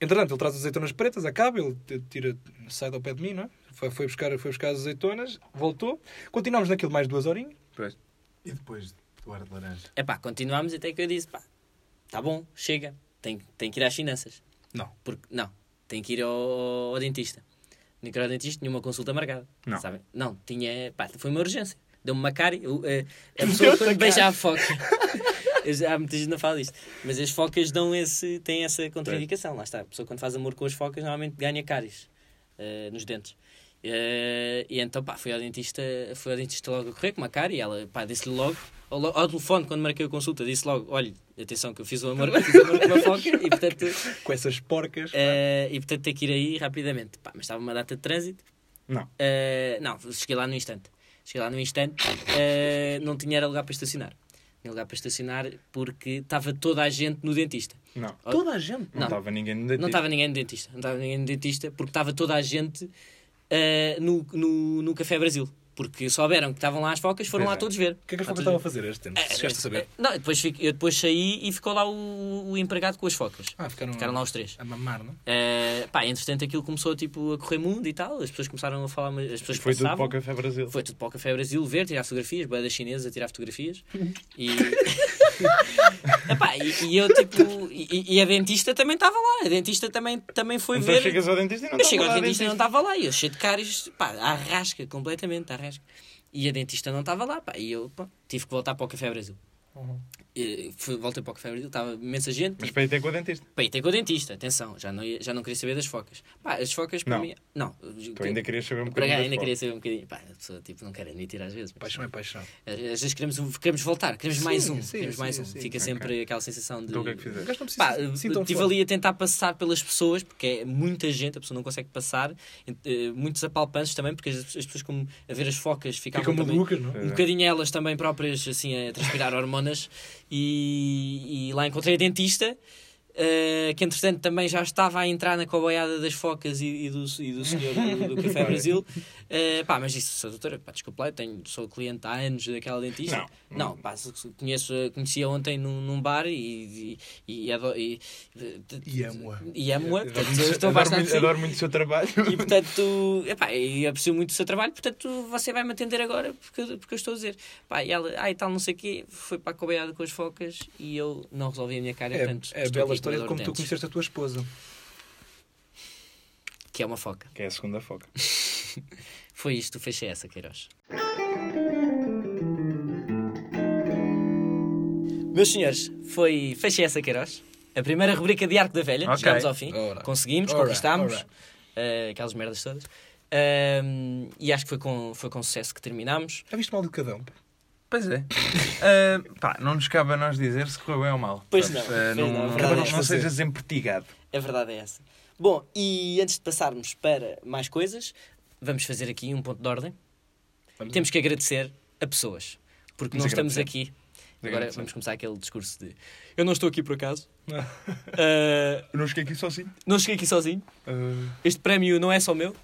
Speaker 3: Entretanto, ele traz as azeitonas pretas, acaba, ele t- tira, sai do pé de mim, não é? Foi, foi buscar, foi buscar as azeitonas, voltou. Continuámos naquilo mais duas horinhas.
Speaker 4: Pois.
Speaker 6: E depois do ar de laranja?
Speaker 2: É pá, continuámos até que eu disse, pá, tá bom, chega, tem, tem que ir às finanças.
Speaker 3: Não.
Speaker 2: Porque, não, tem que ir ao, ao dentista. No que era ao dentista tinha uma consulta marcada.
Speaker 4: Não.
Speaker 2: Sabem? Não, tinha, pá, foi uma urgência. Deu-me uma cara, eu, eh, a pessoa quando beija a foca. Eu já- Há muita gente que não fala disto. Mas as focas dão esse, têm essa contraindicação, lá está. A pessoa quando faz amor com as focas normalmente ganha cáries eh, nos dentes. Eh, e então, pá, fui ao dentista, fui ao dentista logo a correr com uma cara e ela, pá, disse-lhe logo, ao, lo- ao telefone, quando marquei a consulta, disse logo: olha, atenção, que eu fiz o amor, fiz o amor com uma foca e portanto,
Speaker 3: Com essas porcas.
Speaker 2: eh, e portanto tenho que ir aí rapidamente. Pá, mas estava uma data de trânsito.
Speaker 4: Não.
Speaker 2: Eh, não, cheguei lá no instante. Cheguei lá no instante, eh, não tinha era lugar para estacionar. Não tinha lugar para estacionar porque estava toda a gente no dentista.
Speaker 4: Não.
Speaker 3: Toda a gente.
Speaker 4: Não
Speaker 2: Não.
Speaker 4: estava ninguém no
Speaker 2: Não
Speaker 4: dentista.
Speaker 2: estava ninguém no dentista. Não estava ninguém no dentista porque estava toda a gente eh, no, no, no Café Brasil. Porque souberam que estavam lá as focas, foram
Speaker 4: Pois
Speaker 2: lá
Speaker 4: é.
Speaker 2: todos ver.
Speaker 3: O que é que as focas
Speaker 2: Lá
Speaker 3: estavam a
Speaker 2: todos
Speaker 3: fazer este tempo?
Speaker 2: ver.
Speaker 3: Se chegaste a
Speaker 2: Eh,
Speaker 3: saber.
Speaker 2: Não, eu depois, fico- eu depois saí e ficou lá o, o empregado com as focas.
Speaker 3: Ah, ficaram,
Speaker 2: Ficaram lá os três.
Speaker 3: a mamar, não? é?
Speaker 2: Eh, pá, entretanto aquilo começou tipo, a correr mundo e tal, as pessoas começaram a falar, mas as pessoas
Speaker 4: Foi tudo para
Speaker 2: passavam.
Speaker 4: o Café Brasil.
Speaker 2: Foi tudo para o Café Brasil ver, tirar fotografias, banda chinesa a tirar fotografias. E... Epá, e, e eu tipo. E, e a dentista também estava lá. A dentista também, também foi
Speaker 4: Então
Speaker 2: ver.
Speaker 4: chegas ao dentista e não
Speaker 2: Mas
Speaker 4: estava
Speaker 2: chega
Speaker 4: lá
Speaker 2: ao dentista e não tá-
Speaker 4: dentista.
Speaker 2: estava lá. E eu cheio de caras, pá, arrasca
Speaker 4: Uhum.
Speaker 2: completamente, arrasca. E a dentista não estava lá, pá. E eu pá, tive que voltar para o Café Brasil. eh, fui- voltei para o Café Brasil, estava imensa gente.
Speaker 4: Mas para ir até com o dentista.
Speaker 2: Pá, e tem com o dentista, atenção, já não, ia- já não queria saber das focas. Pá, as focas para
Speaker 4: Não.
Speaker 2: mim. Não,
Speaker 4: Tu ainda querias saber um
Speaker 2: Por
Speaker 4: bocadinho.
Speaker 2: acaso,
Speaker 4: das
Speaker 2: ainda queria
Speaker 4: fotos.
Speaker 2: saber um bocadinho. Pá, a pessoa tipo, não quer admitir às vezes. mas-
Speaker 3: Paixão é paixão.
Speaker 2: às vezes queremos, um- queremos voltar, queremos mais um.
Speaker 3: sim,
Speaker 2: queremos
Speaker 3: sim,
Speaker 2: mais um.
Speaker 3: sim.
Speaker 2: Fica
Speaker 4: Ok.
Speaker 2: sempre aquela sensação de.
Speaker 4: Então o que é que fizeste?
Speaker 3: Mas não
Speaker 2: Pá,
Speaker 3: precisa- sintam
Speaker 2: estive
Speaker 3: fome.
Speaker 2: ali a tentar passar pelas pessoas, porque é muita gente, a pessoa não consegue passar. eh, Muitos apalpantes também, porque as, as pessoas, como a ver as focas, ficavam
Speaker 3: Ficam
Speaker 2: também,
Speaker 3: malucas, não? é?
Speaker 2: um bocadinho elas também próprias, assim, a transpirar hormonas. E, e lá encontrei a dentista, eh, que entretanto também já estava a entrar na coboiada das focas e, e do, e do senhor do, do Café Brasil. Eh, pá, mas disse, sou doutora, pá, desculpe lá, eu tenho, sou cliente há anos daquela dentista.
Speaker 4: Não.
Speaker 2: Não, pá, se- se- conheço, conhecia ontem num, num bar e. E, e, ado- e,
Speaker 3: E amo-a.
Speaker 2: E amo-a,
Speaker 4: Adoro
Speaker 2: portanto,
Speaker 4: muito-
Speaker 2: estou
Speaker 4: adoro
Speaker 2: bastante. assim.
Speaker 4: muito-
Speaker 2: feliz.
Speaker 4: Adoro muito o seu trabalho.
Speaker 2: E portanto, epá, e aprecio muito o seu trabalho, portanto, você vai me atender agora porque, eu- porque eu estou a dizer. Pá, e ela, ai, tal, não sei o quê, foi para a cobeada com as focas e eu não resolvi a minha cara.
Speaker 3: É,
Speaker 2: portanto,
Speaker 3: é a
Speaker 2: estou
Speaker 3: bela
Speaker 2: aqui
Speaker 3: história de
Speaker 2: com uma
Speaker 3: como
Speaker 2: dor
Speaker 3: tu
Speaker 2: dentes,
Speaker 3: conheceste a tua esposa.
Speaker 2: Que é uma foca.
Speaker 4: Que é a segunda foca.
Speaker 2: Foi isto, fechei essa, Queiroz. Meus senhores, foi Fechei essa, Queiroz. A primeira rubrica de Arco da Velha.
Speaker 4: Ok.
Speaker 2: Chegámos ao fim.
Speaker 3: Alright.
Speaker 2: Conseguimos,
Speaker 3: Alright,
Speaker 2: conquistámos.
Speaker 3: alright.
Speaker 2: eh, aquelas merdas todas. Ahm, e acho que foi com, foi com sucesso que terminámos.
Speaker 3: Já viste mal do cadão?
Speaker 4: Pois é. Ah, pá, não nos cabe a nós dizer se correu bem ou mal.
Speaker 2: Pois
Speaker 4: Sabes?
Speaker 2: não,
Speaker 4: Ah,
Speaker 2: pois não,
Speaker 4: não,
Speaker 2: a
Speaker 4: não,
Speaker 2: verdade
Speaker 4: não
Speaker 2: é
Speaker 3: essa.
Speaker 4: sejas empertigado.
Speaker 2: A verdade é essa. Bom, e antes de passarmos para mais coisas, vamos fazer aqui um ponto de ordem. Temos que agradecer a pessoas, porque
Speaker 4: Vamos
Speaker 2: não estamos
Speaker 4: agradecer.
Speaker 2: aqui. Agora
Speaker 4: Agradecer.
Speaker 2: vamos começar aquele discurso de eu não estou aqui por acaso, Ah,
Speaker 4: Eu não cheguei aqui sozinho.
Speaker 2: não cheguei aqui sozinho,
Speaker 3: Ah,
Speaker 2: este prémio não é só meu.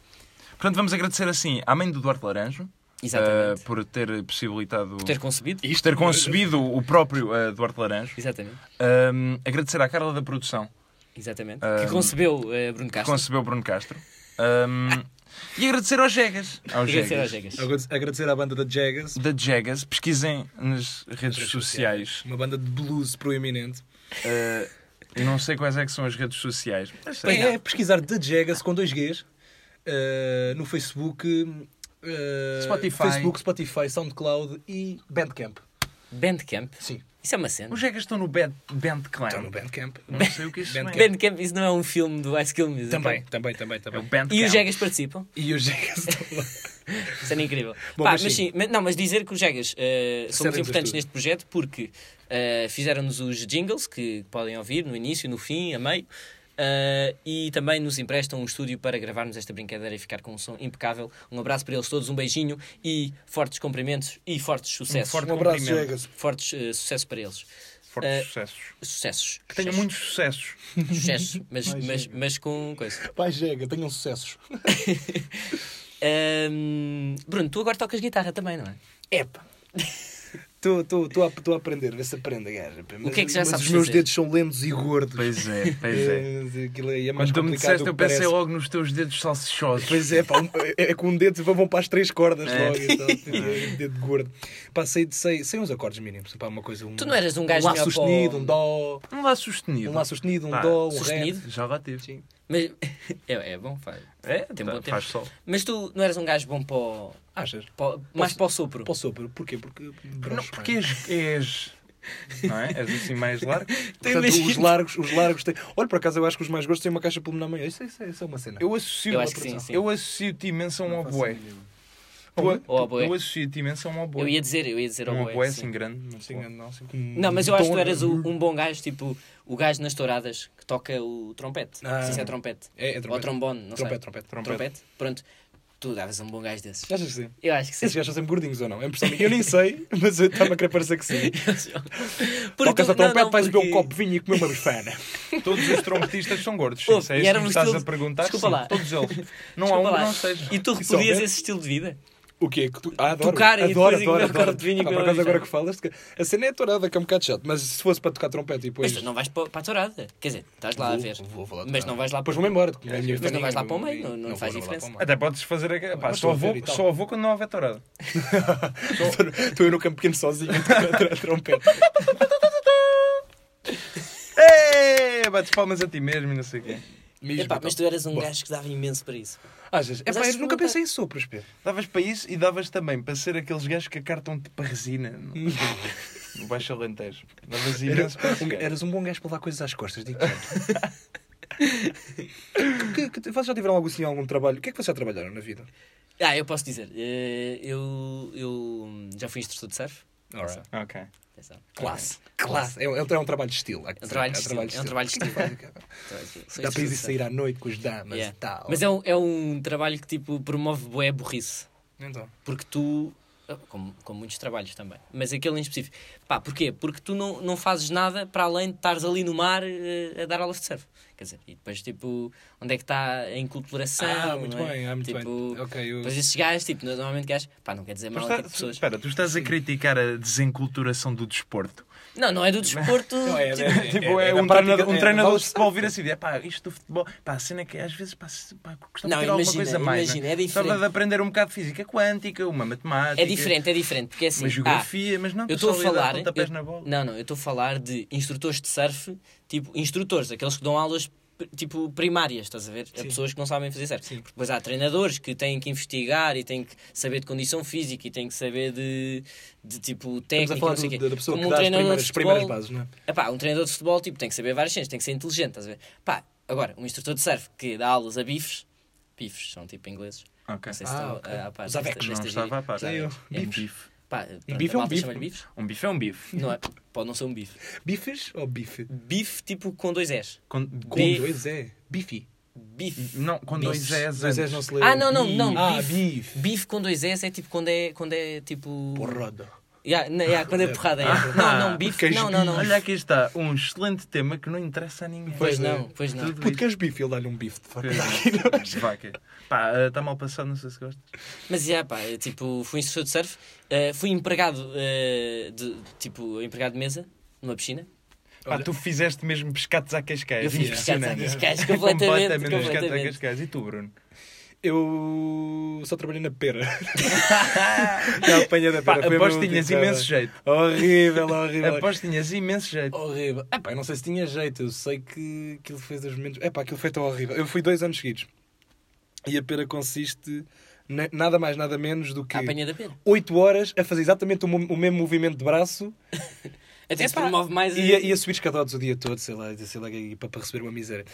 Speaker 4: Portanto, vamos agradecer assim à mãe do Duarte Laranjo
Speaker 2: Exatamente.
Speaker 4: ah, por ter possibilitado.
Speaker 2: Por ter concebido.
Speaker 4: Isto ter concebido o próprio ah, Duarte Laranjo.
Speaker 2: Exatamente.
Speaker 4: Ahm, agradecer à Carla da produção
Speaker 2: Exatamente.
Speaker 4: Ah,
Speaker 2: que concebeu eh, Bruno
Speaker 4: que
Speaker 2: Castro.
Speaker 4: concebeu Bruno Castro. Ahm, e agradecer aos Jegas. Aos
Speaker 2: Agradecer
Speaker 4: Jegas.
Speaker 2: ao Jegas.
Speaker 3: Agradecer à banda da Jagas.
Speaker 4: Da Jegas. Pesquisem nas redes sociais.
Speaker 3: Uma banda de blues proeminente.
Speaker 4: Ah, eu não sei quais é que são as redes sociais. Mas sei.
Speaker 3: É, pesquisar The Jagas com dois Gs eh, no Facebook, eh,
Speaker 4: Spotify.
Speaker 3: Facebook, Spotify, SoundCloud e Bandcamp.
Speaker 2: Bandcamp.
Speaker 3: Sim.
Speaker 2: Isso é uma cena.
Speaker 4: Os Jegas estão no Band, Bandcamp.
Speaker 3: Estão no Bandcamp.
Speaker 4: Não sei o que isso
Speaker 3: Bandcamp.
Speaker 4: é.
Speaker 2: Bandcamp, isso não é um filme do Ice Kill Music.
Speaker 3: Também, também, também,
Speaker 4: É o
Speaker 3: também.
Speaker 4: Bandcamp.
Speaker 2: E os Jegas participam.
Speaker 3: E os Jagas estão lá.
Speaker 2: Isso era incrível.
Speaker 3: Bom,
Speaker 2: Pá,
Speaker 3: mas
Speaker 2: mas,
Speaker 3: sim.
Speaker 2: sim, mas- não, mas dizer que os Jegas eh, são
Speaker 3: Recebem-nos
Speaker 2: muito importantes
Speaker 3: tudo.
Speaker 2: neste projeto porque eh, fizeram-nos os jingles que podem ouvir no início, no fim, a meio. eh, e também nos emprestam um estúdio para gravarmos esta brincadeira e ficar com um som impecável. Um abraço para eles todos, um beijinho e fortes cumprimentos e fortes sucessos.
Speaker 4: forte-
Speaker 3: Um abraço,
Speaker 4: Cumprimento.
Speaker 3: Jagas.
Speaker 2: Fortes eh, sucessos para eles.
Speaker 4: Fortes
Speaker 2: Eh,
Speaker 4: sucessos.
Speaker 2: Sucessos.
Speaker 4: Que tenham muitos sucessos.
Speaker 2: muitos sucessos, mas,
Speaker 3: um.
Speaker 2: mas, mas com coisa.
Speaker 3: Pai Jega, tenham sucessos.
Speaker 2: Ahm, Ehm, Bruno, tu agora tocas guitarra também, não é?
Speaker 3: Epa. Estou a, tô a aprender, vê se aprende, gajo. Mas-
Speaker 2: que é que já
Speaker 3: mas
Speaker 2: sabes
Speaker 3: Os meus
Speaker 2: fazer?
Speaker 3: dedos são lentos e gordos.
Speaker 4: Pois é, pois é.
Speaker 3: Eh, aquilo é, é mais
Speaker 4: Quando tu me
Speaker 3: complicado
Speaker 4: disseste,
Speaker 3: do
Speaker 4: eu
Speaker 3: que
Speaker 4: pensei
Speaker 3: parece.
Speaker 4: logo nos teus dedos salsichosos.
Speaker 3: Pois é, pá, um- é, é com um dedo vão para as três cordas
Speaker 4: É.
Speaker 3: logo. Então, tipo, um dedo gordo. Pá, sei, sei, sei uns acordes mínimos. Pá, uma coisa, um,
Speaker 2: Tu não eras um gajo
Speaker 3: um Lá
Speaker 2: melhor para o-
Speaker 3: sustenido, um Dó.
Speaker 4: Um lá sustenido.
Speaker 3: Um Lá sustenido, um
Speaker 4: Pá,
Speaker 3: Dó, um
Speaker 2: sustenido?
Speaker 3: Ré.
Speaker 4: Já lá tive.
Speaker 3: Sim.
Speaker 2: Mas é, é bom, faz.
Speaker 4: É,
Speaker 2: Tem
Speaker 4: tá,
Speaker 2: bom tempo.
Speaker 4: faz sol.
Speaker 2: Mas tu não eras um gajo bom para o.
Speaker 3: Achas?
Speaker 2: para o- mais para o sopro.
Speaker 3: Para o sopro. Porquê? Porque. é
Speaker 4: Não,
Speaker 3: broxo,
Speaker 4: porque
Speaker 3: mano.
Speaker 4: és, és- Não é? És assim mais largo.
Speaker 3: Portanto, os largos, os largos têm. Olha, por acaso eu acho que os mais gostos têm uma caixa pulmonar maior. Isso, isso, isso é uma cena.
Speaker 4: Eu associo.
Speaker 2: Eu acho que sim, sim.
Speaker 4: Eu associo-te imenso a um oboé.
Speaker 2: Ao oboé.
Speaker 4: Eu associo-te imenso a um oboé.
Speaker 2: Eu ia dizer, eu ia dizer
Speaker 4: um
Speaker 2: ao
Speaker 4: oboé
Speaker 2: boé.
Speaker 4: assim grande. não sei.
Speaker 3: Sim, não, sim, com-
Speaker 2: Não, mas eu acho que tu
Speaker 3: tom-
Speaker 2: eras o- um bom gajo, tipo o gajo nas touradas que toca o trompete.
Speaker 3: Ah.
Speaker 2: Não sei se é trompete.
Speaker 3: É, é
Speaker 2: Ou
Speaker 3: trompete.
Speaker 2: trombone, não
Speaker 3: Trompete,
Speaker 2: sei.
Speaker 3: trompete,
Speaker 2: trompete. Pronto. Tu davas um bom gajo desses.
Speaker 3: Achas que sim?
Speaker 2: Eu acho que sim.
Speaker 3: Esses gajos são sempre gordinhos ou não? É impressão minha. Eu nem sei, mas eu estava a querer parecer que sim.
Speaker 2: Porque
Speaker 3: Tocas a
Speaker 2: tu- não,
Speaker 3: trompete,
Speaker 2: não,
Speaker 3: vais beber um
Speaker 2: porque-
Speaker 3: copo de vinho e comer uma bifana.
Speaker 4: Todos os trompetistas são gordos.
Speaker 2: Ouve,
Speaker 4: se é
Speaker 2: e
Speaker 4: isso que
Speaker 2: era
Speaker 4: me
Speaker 2: um
Speaker 4: estás
Speaker 2: estilo-
Speaker 4: a perguntar,
Speaker 2: Desculpa
Speaker 4: sim,
Speaker 2: lá.
Speaker 4: todos eles. Não há
Speaker 2: Desculpa
Speaker 4: um que
Speaker 2: lá.
Speaker 4: não seja.
Speaker 2: E tu
Speaker 3: Isso é
Speaker 2: repudias
Speaker 3: horrível.
Speaker 2: esse estilo de vida?
Speaker 3: O quê? Que tu... ah, adoro.
Speaker 2: Tocar e
Speaker 3: adoro,
Speaker 2: depois
Speaker 3: adoro,
Speaker 2: ignorar o
Speaker 3: adoro.
Speaker 2: copo de vinho e
Speaker 3: Ah, por
Speaker 2: comer
Speaker 3: acaso
Speaker 2: uma
Speaker 3: agora
Speaker 2: bifana.
Speaker 3: que falas, que- a cena é tourada, que é um bocado chato, mas se fosse para tocar trompete tipo, e depois...
Speaker 2: Mas tu não vais para, para a tourada. Quer dizer, estás lá a ver. mas não vais lá
Speaker 3: Depois vou-me embora. de comer a minha
Speaker 2: Mas não vais lá para o meio,
Speaker 3: faninha,
Speaker 2: não- não faz
Speaker 3: vou, vou lá
Speaker 2: diferença.
Speaker 3: para
Speaker 4: Até podes fazer. a- Pá,
Speaker 3: Mas estou
Speaker 4: só,
Speaker 3: a ver e
Speaker 4: vou,
Speaker 3: tal.
Speaker 4: só vou quando não houver tourada.
Speaker 3: o meio. Estou eu no campo pequeno sozinho a tocar a trompete.
Speaker 4: Ei, bates palmas a ti mesmo e não sei o quê.
Speaker 3: Mesmo,
Speaker 2: Epá, mas
Speaker 3: então.
Speaker 2: tu eras um gajo que dava imenso para isso.
Speaker 3: Achas? É
Speaker 2: Mas
Speaker 3: pá,
Speaker 2: acho
Speaker 3: eu nunca
Speaker 2: que não
Speaker 3: pensei em sopros, Pedro.
Speaker 4: tipo Davas para isso e davas também para ser aqueles gajos que acartam-te para resina. no Baixo Alentejo. Davas imenso para
Speaker 3: Um-
Speaker 4: chegar.
Speaker 3: eras um bom gajo para levar coisas às costas, digo que, que, Vocês já tiveram algum, assim, algum trabalho? O que é que vocês já trabalharam na vida?
Speaker 2: Ah, eu posso dizer, eh, eu, eu já fui instrutor de surf.
Speaker 3: Alright.
Speaker 4: Ok.
Speaker 2: Atenção.
Speaker 3: Classe. Classe. É, um- é um trabalho de estilo. há que
Speaker 2: É um
Speaker 3: dizer.
Speaker 2: trabalho de estilo, é um trabalho de É, Sou
Speaker 3: Dá para ir
Speaker 2: instrutor de surf.
Speaker 3: sair à noite com as damas
Speaker 2: Yeah.
Speaker 3: e tal.
Speaker 2: Mas é um, é um trabalho que tipo, promove boé burrice.
Speaker 3: Então.
Speaker 2: Porque tu. Como, como muitos trabalhos também. Mas aquele em específico. Pá, porquê? Porque tu não, não fazes nada para além de estares ali no mar eh, a dar aulas de surf. Quer dizer, e depois tipo, onde é que está a enculturação?
Speaker 3: Ah, muito
Speaker 2: não é?
Speaker 3: bem, ah, muito
Speaker 2: tipo,
Speaker 3: bem. Ok, eu... tá,
Speaker 2: Depois esses gajos, tipo, normalmente gajos, pá, não quer dizer
Speaker 4: Tu
Speaker 2: mal a
Speaker 4: estás,
Speaker 2: tipo de pessoas.
Speaker 4: Espera, tu estás a criticar a desenculturação do desporto.
Speaker 2: Não, não é do desporto. tipo,
Speaker 4: Tipo, é,
Speaker 3: da
Speaker 4: um,
Speaker 3: prática-
Speaker 4: treinador, um
Speaker 3: é,
Speaker 4: treinador
Speaker 3: vale-
Speaker 4: de futebol vir assim, é pá, isto do futebol, pá, a cena é que às vezes pá, se- pá, gostava
Speaker 2: Não,
Speaker 4: de tirar alguma
Speaker 2: imagina,
Speaker 4: coisa a mais.
Speaker 2: imagina,
Speaker 4: né?
Speaker 2: é diferente.
Speaker 4: Gostava de aprender um bocado de física quântica, uma matemática,
Speaker 2: é diferente, é diferente. Porque é assim.
Speaker 4: uma
Speaker 2: ah,
Speaker 4: geografia, mas não,
Speaker 2: eu estou a
Speaker 4: só lhe dá
Speaker 2: falar.
Speaker 4: pontapés
Speaker 2: eu-
Speaker 4: na bola.
Speaker 2: Não, não, eu estou a falar de instrutores de surf, tipo, instrutores, aqueles que dão aulas p- tipo primárias, estás a ver? A pessoas que não sabem fazer surf. Porque depois há treinadores que têm que investigar e têm que saber de condição física e têm que saber de, de tipo
Speaker 3: Estamos a
Speaker 2: técnica,
Speaker 3: falar
Speaker 2: não sei o
Speaker 3: do-
Speaker 2: quê.
Speaker 3: da da pessoa
Speaker 2: Como
Speaker 3: que
Speaker 2: um
Speaker 3: dá as
Speaker 2: treinador
Speaker 3: primeiras,
Speaker 2: de
Speaker 3: primeiras
Speaker 2: futebol,
Speaker 3: bases, não é?
Speaker 2: Epá, um treinador de futebol tipo, tem que saber várias cenas, tem que ser inteligente, estás a ver? Pá, agora, um instrutor de surf que dá aulas a bifes, bifes são tipo ingleses,
Speaker 4: Ok.
Speaker 2: não sei
Speaker 4: Ah,
Speaker 2: se
Speaker 3: Ah,
Speaker 2: estão
Speaker 3: ok.
Speaker 2: a- a par
Speaker 3: Os
Speaker 2: desta-
Speaker 3: avecos.
Speaker 4: não
Speaker 2: desta
Speaker 4: estava
Speaker 2: gíria.
Speaker 4: a par.
Speaker 3: Sei eu.
Speaker 4: É um
Speaker 3: Bife.
Speaker 4: bife.
Speaker 2: Pá, pronto,
Speaker 3: bife é
Speaker 2: a
Speaker 3: um
Speaker 2: malta
Speaker 3: bife.
Speaker 2: chama-lhe bifes?
Speaker 4: Um bife é um bife.
Speaker 2: Não é, pode não ser um bife.
Speaker 3: Bifes ou bife?
Speaker 2: Bife tipo com dois S.
Speaker 4: Com,
Speaker 3: Com
Speaker 2: Bife.
Speaker 3: dois é. Bife.
Speaker 2: Bife.
Speaker 4: não, com dois
Speaker 2: Bife.
Speaker 4: Z's
Speaker 3: Dois
Speaker 4: antes.
Speaker 3: Zs não se lê.
Speaker 2: Ah, não, não, não.
Speaker 3: Ah,
Speaker 2: bife.
Speaker 3: bife.
Speaker 2: Bife com dois S é tipo quando é, quando é tipo.
Speaker 3: Porrada.
Speaker 2: Yeah, na- yeah, quando é porrada. yeah.
Speaker 4: Ah,
Speaker 2: Não, não, bife.
Speaker 3: queijo
Speaker 2: Não, não, não.
Speaker 4: Olha, aqui está um excelente tema que não interessa a ninguém.
Speaker 2: Pois não, pois não.
Speaker 4: Tudo
Speaker 3: Puto, queres bife? Ele dá-lhe um bife de faca.
Speaker 4: De vaca. Pá, está mal passado, não sei se gostas.
Speaker 2: Mas yeah, pá, eu, tipo, fui instrutor de surf, eh, fui empregado eh, de tipo empregado de mesa numa piscina.
Speaker 4: Pá, tu fizeste mesmo pescados à cascais.
Speaker 2: Eu fiz pescados à
Speaker 4: Impressionante.
Speaker 2: cascais, completamente,
Speaker 4: pescados à
Speaker 2: completamente.
Speaker 4: cascais. E tu, Bruno?
Speaker 3: Eu só trabalhei na pera. na apanha da
Speaker 4: Pá,
Speaker 3: pera. Foi a
Speaker 4: aposto
Speaker 3: minha
Speaker 4: que tinhas
Speaker 3: última
Speaker 4: imenso
Speaker 3: trabalho.
Speaker 4: jeito.
Speaker 3: Horrível, horrível.
Speaker 4: Aposto que tinhas imenso jeito.
Speaker 3: Horrível. É pá, eu não sei se tinha jeito, eu sei que aquilo fez os momentos. É pá, aquilo foi tão horrível. Eu fui dois anos seguidos. E a pera consiste na- nada mais, nada menos do que
Speaker 2: À apanha da pena.
Speaker 3: 8 horas a fazer exatamente o, mo- o mesmo movimento de braço
Speaker 2: Até se
Speaker 3: Epá,
Speaker 2: promove É, tipo, mais.
Speaker 3: e a, e a subir escadotes o dia todo, sei lá, sei lá e para, para receber uma miséria.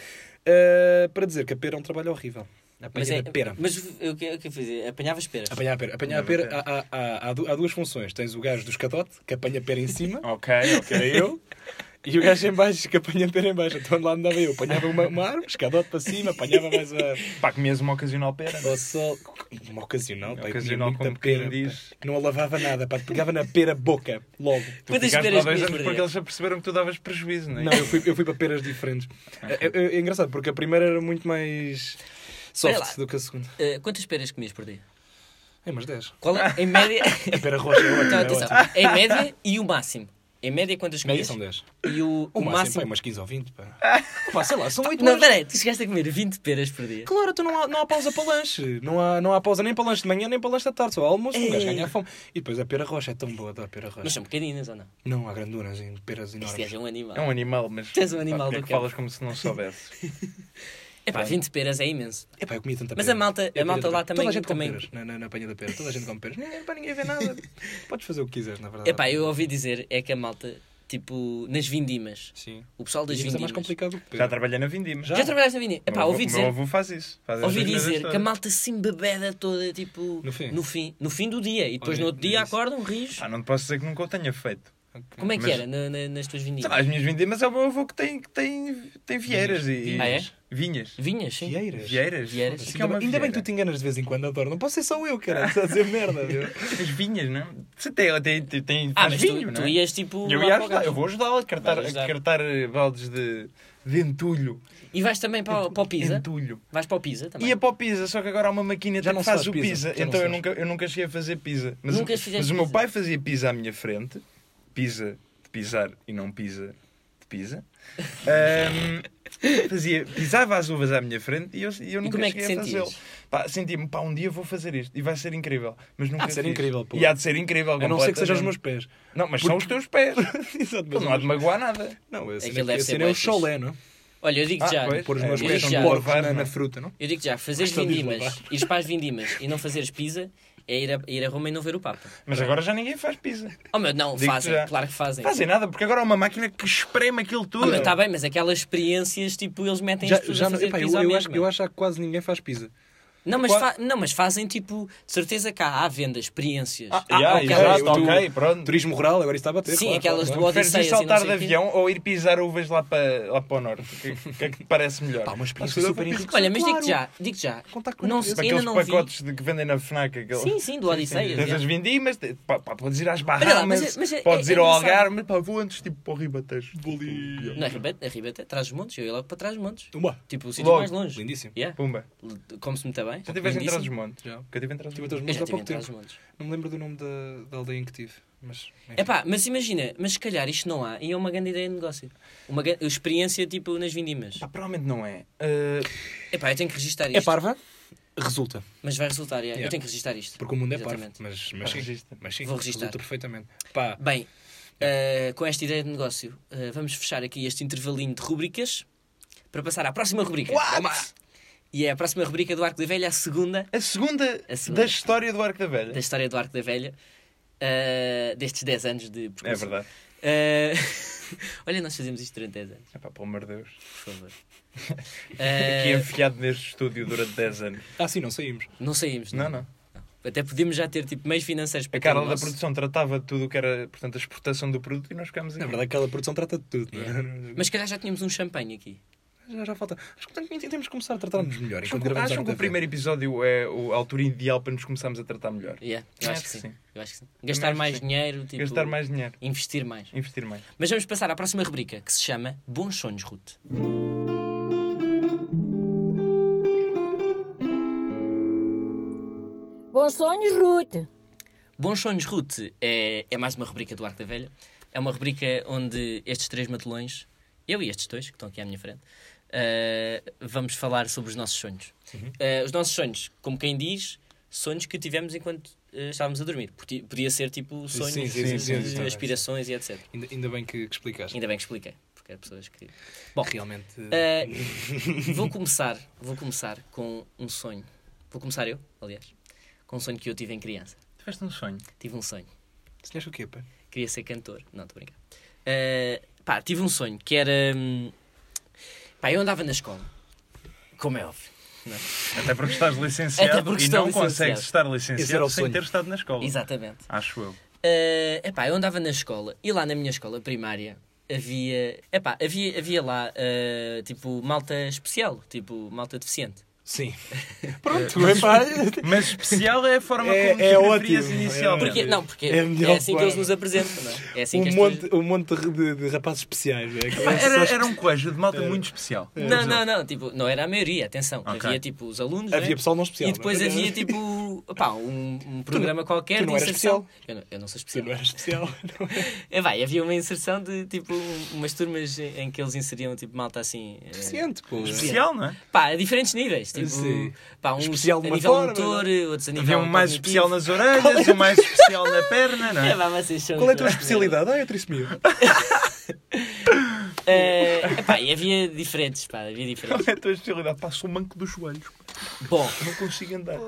Speaker 3: Ah, para dizer que a pera é um trabalho horrível.
Speaker 2: mas
Speaker 3: Apanhar
Speaker 2: é,
Speaker 3: a pera.
Speaker 2: Mas o o que o que eu fazia? Apanhava as peras.
Speaker 3: Apanhar a pera. Apanhar a pera, há, há- há- há du- há duas funções. Tens o gajo do escadote, que apanha a pera em cima,
Speaker 4: Ok,
Speaker 3: que era eu, e o gajo em baixo, que apanha a pera em baixo. Então lá andava eu, apanhava uma, uma árvore, escadote para cima, apanhava mais a...
Speaker 4: Pá, comias uma ocasional pera. é?
Speaker 3: ao sol. Uma ocasional, pá, eu comia
Speaker 4: Ocasional,
Speaker 3: muita
Speaker 4: como quem
Speaker 3: pera, pá.
Speaker 4: diz.
Speaker 3: Não a lavava nada, pá, pegava na pera boca, logo.
Speaker 4: Tu
Speaker 2: Quantas
Speaker 4: ficaste lá
Speaker 2: peras comias
Speaker 4: dois anos
Speaker 2: por
Speaker 4: porque
Speaker 2: dia?
Speaker 4: eles aperceberam que tu davas prejuízo, não é?
Speaker 3: Não, eu fui, eu fui para peras diferentes. É, é- é engraçado, porque a primeira era muito mais
Speaker 2: Olha lá.
Speaker 3: soft do que a segunda.
Speaker 2: Eh, quantas peras comias por dia?
Speaker 3: É, mas 10.
Speaker 2: Qual é? Em média.
Speaker 3: A pera roxa é ótima,
Speaker 2: Então,
Speaker 3: é
Speaker 2: atenção.
Speaker 3: ótima.
Speaker 2: Em média e o máximo. Em média, quantas
Speaker 3: Média
Speaker 2: comias?
Speaker 3: são 10.
Speaker 2: E o,
Speaker 3: O
Speaker 2: o
Speaker 3: máximo, pá,
Speaker 2: máximo.
Speaker 3: é umas 15 ou 20, pá. Pá, sei lá, são 8
Speaker 2: Não,
Speaker 3: horas.
Speaker 2: peraí, tu chegaste a comer 20 peras por dia.
Speaker 3: Claro, então não há, não há pausa para lanche. Não há, não há pausa nem para lanche de manhã, nem para lanche da tarde. Só há almoço, um gajo ganha fome. E depois a pera roxa é tão boa, dá a pera roxa.
Speaker 2: É. Mas são pequeninas ou não?
Speaker 3: Não, há granduras, em peras
Speaker 2: Este
Speaker 3: enormes.
Speaker 2: gajo é um animal.
Speaker 4: É um animal, mas.
Speaker 2: Tu és um
Speaker 4: pá,
Speaker 2: animal
Speaker 4: porque é
Speaker 2: do
Speaker 4: que
Speaker 2: campo.
Speaker 4: falas como se não soubesse.
Speaker 2: Epá, 20 peras é imenso.
Speaker 3: Epá, eu comia tanta
Speaker 2: Mas
Speaker 3: pera.
Speaker 2: a malta- a
Speaker 3: Eu comia
Speaker 2: malta
Speaker 3: tanta
Speaker 2: lá
Speaker 3: pera.
Speaker 2: também-
Speaker 3: Toda a gente come
Speaker 2: também-
Speaker 3: peras na, na, na apanha da pera. Toda a gente come peras. Não, para ninguém ver nada. Podes fazer o que quiseres, na verdade.
Speaker 2: Epá, eu ouvi dizer é que a malta, tipo, nas vindimas,
Speaker 3: Sim.
Speaker 2: o pessoal das
Speaker 3: Mas é
Speaker 2: vindimas.
Speaker 3: mais complicado que
Speaker 4: Já trabalhei na Vindima.
Speaker 2: Já trabalhaste na vindima?
Speaker 4: O meu
Speaker 2: Epá,
Speaker 4: avô-
Speaker 2: ouvi
Speaker 4: o
Speaker 2: dizer,
Speaker 4: Meu avô faz isso. Faz as
Speaker 2: ouvi
Speaker 4: duas coisas
Speaker 2: dizer que a
Speaker 4: todas.
Speaker 2: malta se embebeda toda, tipo,
Speaker 3: No fim?
Speaker 2: no fim, no fim do dia. E depois
Speaker 3: Olha,
Speaker 2: no outro
Speaker 3: é
Speaker 2: dia
Speaker 3: isso.
Speaker 2: acordam, rios.
Speaker 4: Ah, não te posso dizer que nunca o tenha feito.
Speaker 2: Como é que
Speaker 4: mas-
Speaker 2: era na- na- nas tuas
Speaker 4: Sei lá, As
Speaker 2: vindimas?
Speaker 4: minhas vindimas é o meu avô que tem, que tem, tem vieiras e.
Speaker 2: Ah, é?
Speaker 4: Vinhas.
Speaker 2: Vinhas, sim.
Speaker 3: Vieiras.
Speaker 4: Vieiras?
Speaker 2: Vieiras.
Speaker 4: O que é
Speaker 3: Ainda,
Speaker 4: uma
Speaker 3: bem, ainda bem que tu
Speaker 4: vieira?
Speaker 3: te enganas de vez em quando, adoro. Não posso ser só eu, cara. Estás a dizer merda, meu.
Speaker 4: As vinhas, não? Você tem, tem, tem, tem
Speaker 2: Ah,
Speaker 4: faz
Speaker 2: mas
Speaker 4: vinho,
Speaker 2: tu,
Speaker 4: não
Speaker 2: tu
Speaker 4: é?
Speaker 2: ias tipo.
Speaker 4: Eu
Speaker 2: lá para
Speaker 4: ia
Speaker 2: o
Speaker 4: ajudar,
Speaker 2: gajo.
Speaker 4: eu vou ajudá-lo a cartar,
Speaker 2: Vai ajudar.
Speaker 4: a cartar eh, baldes de, de entulho.
Speaker 2: E vais também para, o- para o Pisa?
Speaker 4: Entulho.
Speaker 2: Vais para o Pisa também?
Speaker 4: E a para o pizza, só que agora há uma máquina
Speaker 3: É Já
Speaker 4: que
Speaker 3: não se
Speaker 4: faz,
Speaker 3: faz
Speaker 4: o
Speaker 3: pizza,
Speaker 4: pizza.
Speaker 3: já não
Speaker 4: Então
Speaker 3: se
Speaker 4: eu
Speaker 3: faz.
Speaker 4: nunca, eu nunca cheguei a fazer pizza. Mas,
Speaker 2: Nunca
Speaker 4: o,
Speaker 2: fizeste
Speaker 4: mas o meu
Speaker 2: pizza?
Speaker 4: pai fazia pizza à minha frente. Pizza de pisar e não pizza de pizza. Ahm, fazia, pisava as uvas à minha frente e eu, e eu nunca
Speaker 2: como é que
Speaker 4: cheguei a
Speaker 2: te
Speaker 4: fazê-lo.
Speaker 2: sentias?
Speaker 4: Pá, Senti-me, pá, um dia vou fazer isto e vai ser incrível. Mas nunca
Speaker 3: Há de ser
Speaker 4: fiz.
Speaker 3: incrível, pô.
Speaker 4: E há de ser incrível.
Speaker 3: A não ser que seja os meus
Speaker 4: completamente.
Speaker 3: pés. Então
Speaker 4: Não, mas são os teus pés.
Speaker 3: Exato, mas
Speaker 4: Não há de magoar nada.
Speaker 3: Não, a
Speaker 2: Aquilo deve
Speaker 3: cena- a
Speaker 2: ser
Speaker 3: cena é o
Speaker 2: bué fixe.
Speaker 3: cholé, não é?
Speaker 2: Olha, eu digo
Speaker 4: Ah,
Speaker 2: te já.
Speaker 4: pois.
Speaker 3: Pôr os
Speaker 4: É,
Speaker 3: meus
Speaker 2: eu
Speaker 3: pés
Speaker 2: digo
Speaker 3: são
Speaker 2: já.
Speaker 3: porcos
Speaker 4: Lavar,
Speaker 3: na,
Speaker 4: não é?
Speaker 3: na fruta, não?
Speaker 2: Eu digo já, fazeres
Speaker 3: Gostam de
Speaker 2: vindimas,
Speaker 3: lavar.
Speaker 2: ires para as vindimas e não fazeres pizza, é ir a, ir a Roma e não ver o Papa.
Speaker 4: Mas agora já ninguém faz pizza.
Speaker 2: Oh meu, não,
Speaker 4: Digo-te
Speaker 2: fazem,
Speaker 4: já.
Speaker 2: claro que fazem.
Speaker 4: Fazem nada, porque agora há uma máquina que espreme aquilo
Speaker 2: Oh,
Speaker 4: tudo.
Speaker 2: meu, tá bem, mas aquelas experiências, tipo, eles metem
Speaker 3: Já,
Speaker 2: as pessoas
Speaker 3: já
Speaker 2: a
Speaker 3: não,
Speaker 2: fazer
Speaker 3: epá, eu,
Speaker 2: pizza à
Speaker 3: eu
Speaker 2: mesma.
Speaker 3: acho, eu acho que quase ninguém faz pizza.
Speaker 2: Não, mas
Speaker 3: Qua-
Speaker 2: fa- não, mas fazem, tipo, de certeza que há, há venda, experiências.
Speaker 4: Ah,
Speaker 2: Há-
Speaker 4: yeah,
Speaker 2: há aquelas-
Speaker 4: exato, ok, pronto.
Speaker 3: Turismo rural, agora isso está a bater.
Speaker 2: Sim,
Speaker 3: claro,
Speaker 2: aquelas
Speaker 3: claro,
Speaker 2: do
Speaker 4: Preferes ir
Speaker 2: Odisseia,
Speaker 4: saltar
Speaker 2: assim, não
Speaker 4: de
Speaker 2: sei o quê.
Speaker 4: avião ou ir pisar uvas lá para, lá para o norte? O que, o que é que te parece melhor?
Speaker 3: Pá, uma experiência
Speaker 4: Acho que
Speaker 3: super
Speaker 4: eu vou
Speaker 3: enriquecedora.
Speaker 2: Olha, mas
Speaker 3: Claro.
Speaker 2: digo-te já, digo-te já.
Speaker 3: Contar com
Speaker 2: Não,
Speaker 3: isso.
Speaker 4: Para
Speaker 2: ainda
Speaker 4: aqueles
Speaker 2: não vi.
Speaker 4: pacotes de- que vendem na FNAC. Aqueles...
Speaker 2: Sim, sim, do é. Odisseias.
Speaker 4: Tens
Speaker 2: já.
Speaker 4: as vindimas, te- pá, pá, podes ir às
Speaker 2: Olha lá,
Speaker 4: Bahamas,
Speaker 2: mas é- mas é-
Speaker 4: podes
Speaker 2: é- é
Speaker 4: ir ao
Speaker 2: engraçado.
Speaker 4: Algarve, mas pá, vou antes tipo para o Ribatejo. Vou ali.
Speaker 2: Não, Arribeta, Arribeta, traz montes, eu ia logo para trás montes.
Speaker 3: Uma.
Speaker 2: Tipo, o sítio
Speaker 4: Logo.
Speaker 2: mais longe.
Speaker 3: Lindíssimo.
Speaker 2: Yeah.
Speaker 4: Pumba.
Speaker 2: Come-se muito bem.
Speaker 4: Já estiveste em
Speaker 2: Lindíssimo.
Speaker 4: Trás-os-Montes?
Speaker 3: Já.
Speaker 4: Nunca estive em
Speaker 3: Tive
Speaker 4: Trás-os-Montes.
Speaker 3: outras
Speaker 2: Eu
Speaker 3: mãos
Speaker 2: já estive
Speaker 3: há
Speaker 2: em
Speaker 3: pouco
Speaker 2: trás
Speaker 3: tempo.
Speaker 2: montes.
Speaker 3: Não me lembro do nome da, da aldeia em que tive. Mas. enfim.
Speaker 2: É pá, mas imagina, mas se calhar isto não há e é uma grande ideia de negócio. Uma ga- experiência tipo nas vindimas.
Speaker 4: Pá, provavelmente não é. Ah,
Speaker 2: É pá, eu tenho que registrar isto.
Speaker 3: É parva? Resulta.
Speaker 2: Mas vai resultar, é.
Speaker 3: Yeah.
Speaker 2: eu tenho que registrar isto.
Speaker 3: Porque o mundo é
Speaker 2: Exatamente.
Speaker 3: parvo. Mas, mas, sim,
Speaker 4: Regista.
Speaker 3: mas sim,
Speaker 2: Vou registar.
Speaker 3: resulta perfeitamente. Pá,
Speaker 2: Bem, uh, com esta ideia de negócio, uh, vamos fechar aqui este intervalinho de rubricas para passar à próxima rubrica. Vamos! E é a próxima rubrica do Arco da Velha, a segunda
Speaker 4: a, segunda
Speaker 2: A segunda.
Speaker 4: da história do Arco da Velha.
Speaker 2: da história do Arco da Velha, uh, destes 10 anos de
Speaker 4: É
Speaker 2: percurso.
Speaker 4: verdade.
Speaker 2: Uh, olha, nós fazemos isto durante 10 anos,
Speaker 4: É pá, pelo amor de Deus.
Speaker 2: por favor.
Speaker 4: Aqui é
Speaker 2: Uh,
Speaker 4: enfiado neste estúdio durante 10 anos.
Speaker 3: ah, sim, não saímos.
Speaker 2: não saímos,
Speaker 4: Não, não.
Speaker 2: Até podíamos já ter tipo meios financeiros para
Speaker 4: A
Speaker 2: ter o
Speaker 4: Carla da
Speaker 2: nosso.
Speaker 4: produção tratava de tudo o que era, portanto, a exportação do produto e nós ficámos aqui.
Speaker 3: Na É verdade, aquela produção trata de tudo. não é?
Speaker 2: Mas se calhar já tínhamos um champanhe aqui.
Speaker 3: Já, já falta. Acho que tem- temos que começar a tratar-nos melhor.
Speaker 4: Acham
Speaker 3: enquanto
Speaker 4: que,
Speaker 3: gravamos
Speaker 4: acham
Speaker 3: à
Speaker 4: que o
Speaker 3: quarta-feira.
Speaker 4: primeiro episódio é o- a altura ideal para nos começarmos a tratar melhor?
Speaker 2: Yeah, eu acho que sim. Eu acho que sim. Gastar
Speaker 4: acho que
Speaker 2: mais
Speaker 4: sim.
Speaker 2: dinheiro, tipo,
Speaker 4: Gastar mais dinheiro,
Speaker 2: investir mais.
Speaker 4: investir mais.
Speaker 2: Mas vamos passar à próxima rubrica, que se chama Bons Sonhos, Ruth.
Speaker 5: Bons sonhos, Ruth.
Speaker 2: Bons Sonhos, Ruth é, é mais uma rubrica do Arco da Velha. É uma rubrica onde estes três matelões, eu e estes dois, que estão aqui à minha frente, eh, vamos falar sobre os nossos sonhos. Eh, os nossos sonhos, como quem diz, sonhos que tivemos enquanto eh, estávamos a dormir. Poti- Podia ser tipo sonhos,
Speaker 3: sim, sim,
Speaker 2: eh,
Speaker 3: sim,
Speaker 2: de
Speaker 3: sim.
Speaker 2: aspirações e etc.
Speaker 3: Ainda, ainda bem que, que explicaste.
Speaker 2: Ainda bem que expliquei, porque há pessoas que. Bom,
Speaker 3: Realmente.
Speaker 2: eh, vou começar, vou começar com um sonho. Vou começar eu, aliás, com um sonho que eu tive em criança.
Speaker 4: Tiveste um sonho.
Speaker 2: Tive um sonho.
Speaker 3: Tinhas o quê, pá?
Speaker 2: Queria ser cantor. Não, estou a brincar. Eh, pá, tive um sonho que era. hum, Pá, eu andava na escola. Como é óbvio.
Speaker 4: Até porque estás licenciado
Speaker 2: Até porque
Speaker 4: e
Speaker 2: estou
Speaker 4: não
Speaker 2: licenciado.
Speaker 4: consegues estar
Speaker 3: Esse era
Speaker 4: licenciado
Speaker 3: o
Speaker 4: sem
Speaker 3: sonho.
Speaker 4: ter estado na escola.
Speaker 2: Exatamente.
Speaker 4: Acho eu.
Speaker 2: Eh, epá, eu andava na escola e lá na minha escola primária havia. Epá, havia, havia lá eh, tipo malta especial, tipo malta deficiente.
Speaker 3: Sim. Pronto, é pá.
Speaker 4: Mas especial é a forma
Speaker 3: É-
Speaker 4: como
Speaker 3: é
Speaker 4: descrevias
Speaker 3: ótimo.
Speaker 4: inicialmente.
Speaker 3: Meu
Speaker 2: Porque, não, porque
Speaker 3: É
Speaker 2: é,
Speaker 3: a melhor
Speaker 2: assim que eles
Speaker 3: forma.
Speaker 2: nos apresentam, não é? É assim que
Speaker 3: Um
Speaker 2: as
Speaker 3: monte, um monte de, de rapazes especiais. É, que
Speaker 4: Pá, Era,
Speaker 3: só-
Speaker 4: era um colégio de malta muito especial.
Speaker 2: Não, não, não, tipo, não era a maioria, atenção.
Speaker 4: Ok.
Speaker 2: Havia tipo os alunos. não é?
Speaker 3: Havia pessoal não especial.
Speaker 2: E depois
Speaker 3: não é?
Speaker 2: havia tipo opá, um, um programa qualquer
Speaker 3: tu não
Speaker 2: de
Speaker 3: eras
Speaker 2: inserção. Eu não, eu não sou
Speaker 3: Tu
Speaker 2: especial.
Speaker 3: não eras especial. não é?
Speaker 2: tipo- É, vai, havia uma inserção de tipo umas turmas em que eles inseriam tipo malta assim. eh,
Speaker 3: Deficiente, pô.
Speaker 4: Especial, não é?
Speaker 2: Pá, a diferentes níveis. Tipo,
Speaker 3: é. Sim.
Speaker 2: pá, uns
Speaker 3: Especial de
Speaker 2: a
Speaker 3: uma
Speaker 2: nível
Speaker 3: forma, é?
Speaker 2: motor, outros a nível.
Speaker 4: Havia um mais
Speaker 2: cognitivo.
Speaker 4: especial nas orelhas, um mais especial na perna, não
Speaker 2: É,
Speaker 4: é?
Speaker 2: vá, vocês são
Speaker 3: Qual é a tua
Speaker 2: os-
Speaker 3: especialidade? Ah, eu trissomia.
Speaker 2: Eh, epá, e havia diferentes, pá, havia
Speaker 4: Qual
Speaker 2: diferentes.
Speaker 4: é a tua especialidade? Pá, sou manco dos joelhos.
Speaker 2: Bom,
Speaker 4: Não consigo andar.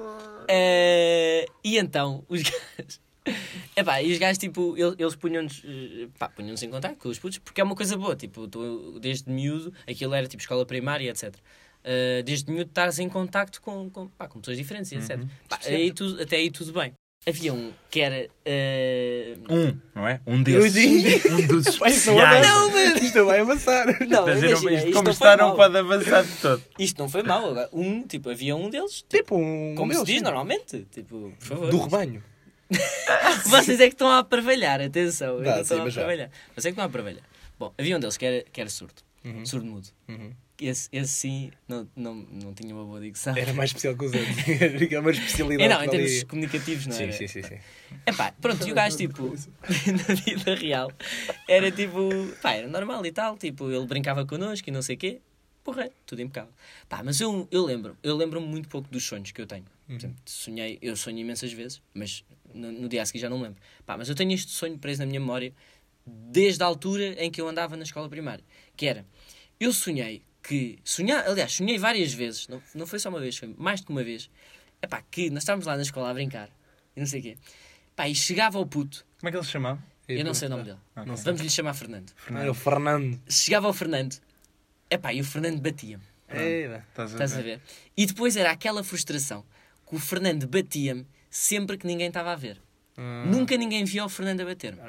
Speaker 2: Eh, e então, os gajos. Epá, e os gajos, tipo, el- eles punham-nos eh, pá, punham-nos em contato com os putos, porque é uma coisa boa, tipo, tu, desde miúdo, aquilo era tipo escola primária, etc. Eh, desde miúdo estás em contacto com, com, pá, com pessoas diferentes, etc. Pá, aí tu- até aí tudo bem. Havia um que era. eh,
Speaker 4: Um, não é? Um
Speaker 3: Eu
Speaker 4: desses. Um dos
Speaker 2: é
Speaker 4: especiais.
Speaker 3: Não, mas isto é vai avançar.
Speaker 2: Não,
Speaker 4: Mas eu não-
Speaker 2: imagina,
Speaker 4: isto
Speaker 2: isto,
Speaker 4: como
Speaker 2: não
Speaker 4: está
Speaker 2: foi
Speaker 4: não
Speaker 2: mal.
Speaker 4: pode avançar de todo.
Speaker 2: isto não foi mal. Agora, um, tipo, havia um deles, tipo,
Speaker 3: Tipo um.
Speaker 2: como
Speaker 3: meu,
Speaker 2: se diz
Speaker 3: sim.
Speaker 2: normalmente, tipo, por favor.
Speaker 3: Do rebanho.
Speaker 2: Vocês é que estão a aparvalhar, atenção. Eu
Speaker 3: Dá,
Speaker 2: não estou
Speaker 3: sim,
Speaker 2: a
Speaker 3: mas já.
Speaker 2: aparvalhar. Vocês é que estão a aparvalhar. Bom, havia um deles que era, que era surdo.
Speaker 3: Uhum.
Speaker 2: Surdo mudo. Esse, esse sim não, não, não tinha uma boa digção.
Speaker 3: Era mais especial que os outros. Era uma especialidade.
Speaker 2: É, não, em
Speaker 3: que ali-
Speaker 2: termos comunicativos, não é?
Speaker 3: Sim,
Speaker 2: era?
Speaker 3: sim, sim. sim.
Speaker 2: Epá, pronto, e o gajo, tipo, na vida real, era tipo, pá, era normal e tal, tipo, ele brincava connosco e não sei o quê, porra, tudo impecável. Pá, mas eu, eu lembro, eu lembro-me muito pouco dos sonhos que eu tenho. Por exemplo, sonhei, eu sonho imensas vezes, mas no, no dia a seguir já não me lembro. Pá, mas eu tenho este sonho preso na minha memória desde a altura em que eu andava na escola primária, que era, eu sonhei que, sonhar, aliás, sonhei várias vezes, não, não foi só uma vez, foi mais do que uma vez, epá, que nós estávamos lá na escola a brincar, e não sei o quê. Pá, e chegava ao puto,
Speaker 4: Como é que ele se chamava?
Speaker 2: eu não sei o nome dele,
Speaker 4: Ok.
Speaker 2: vamos lhe chamar Fernando.
Speaker 3: Era o Fernando.
Speaker 2: Chegava ao Fernando, epá, e o Fernando batia-me, É,
Speaker 4: Estás
Speaker 2: estás a ver? E depois era aquela frustração que o Fernando batia-me sempre que ninguém estava a ver.
Speaker 3: Ah.
Speaker 2: Nunca ninguém via o Fernando a bater-me.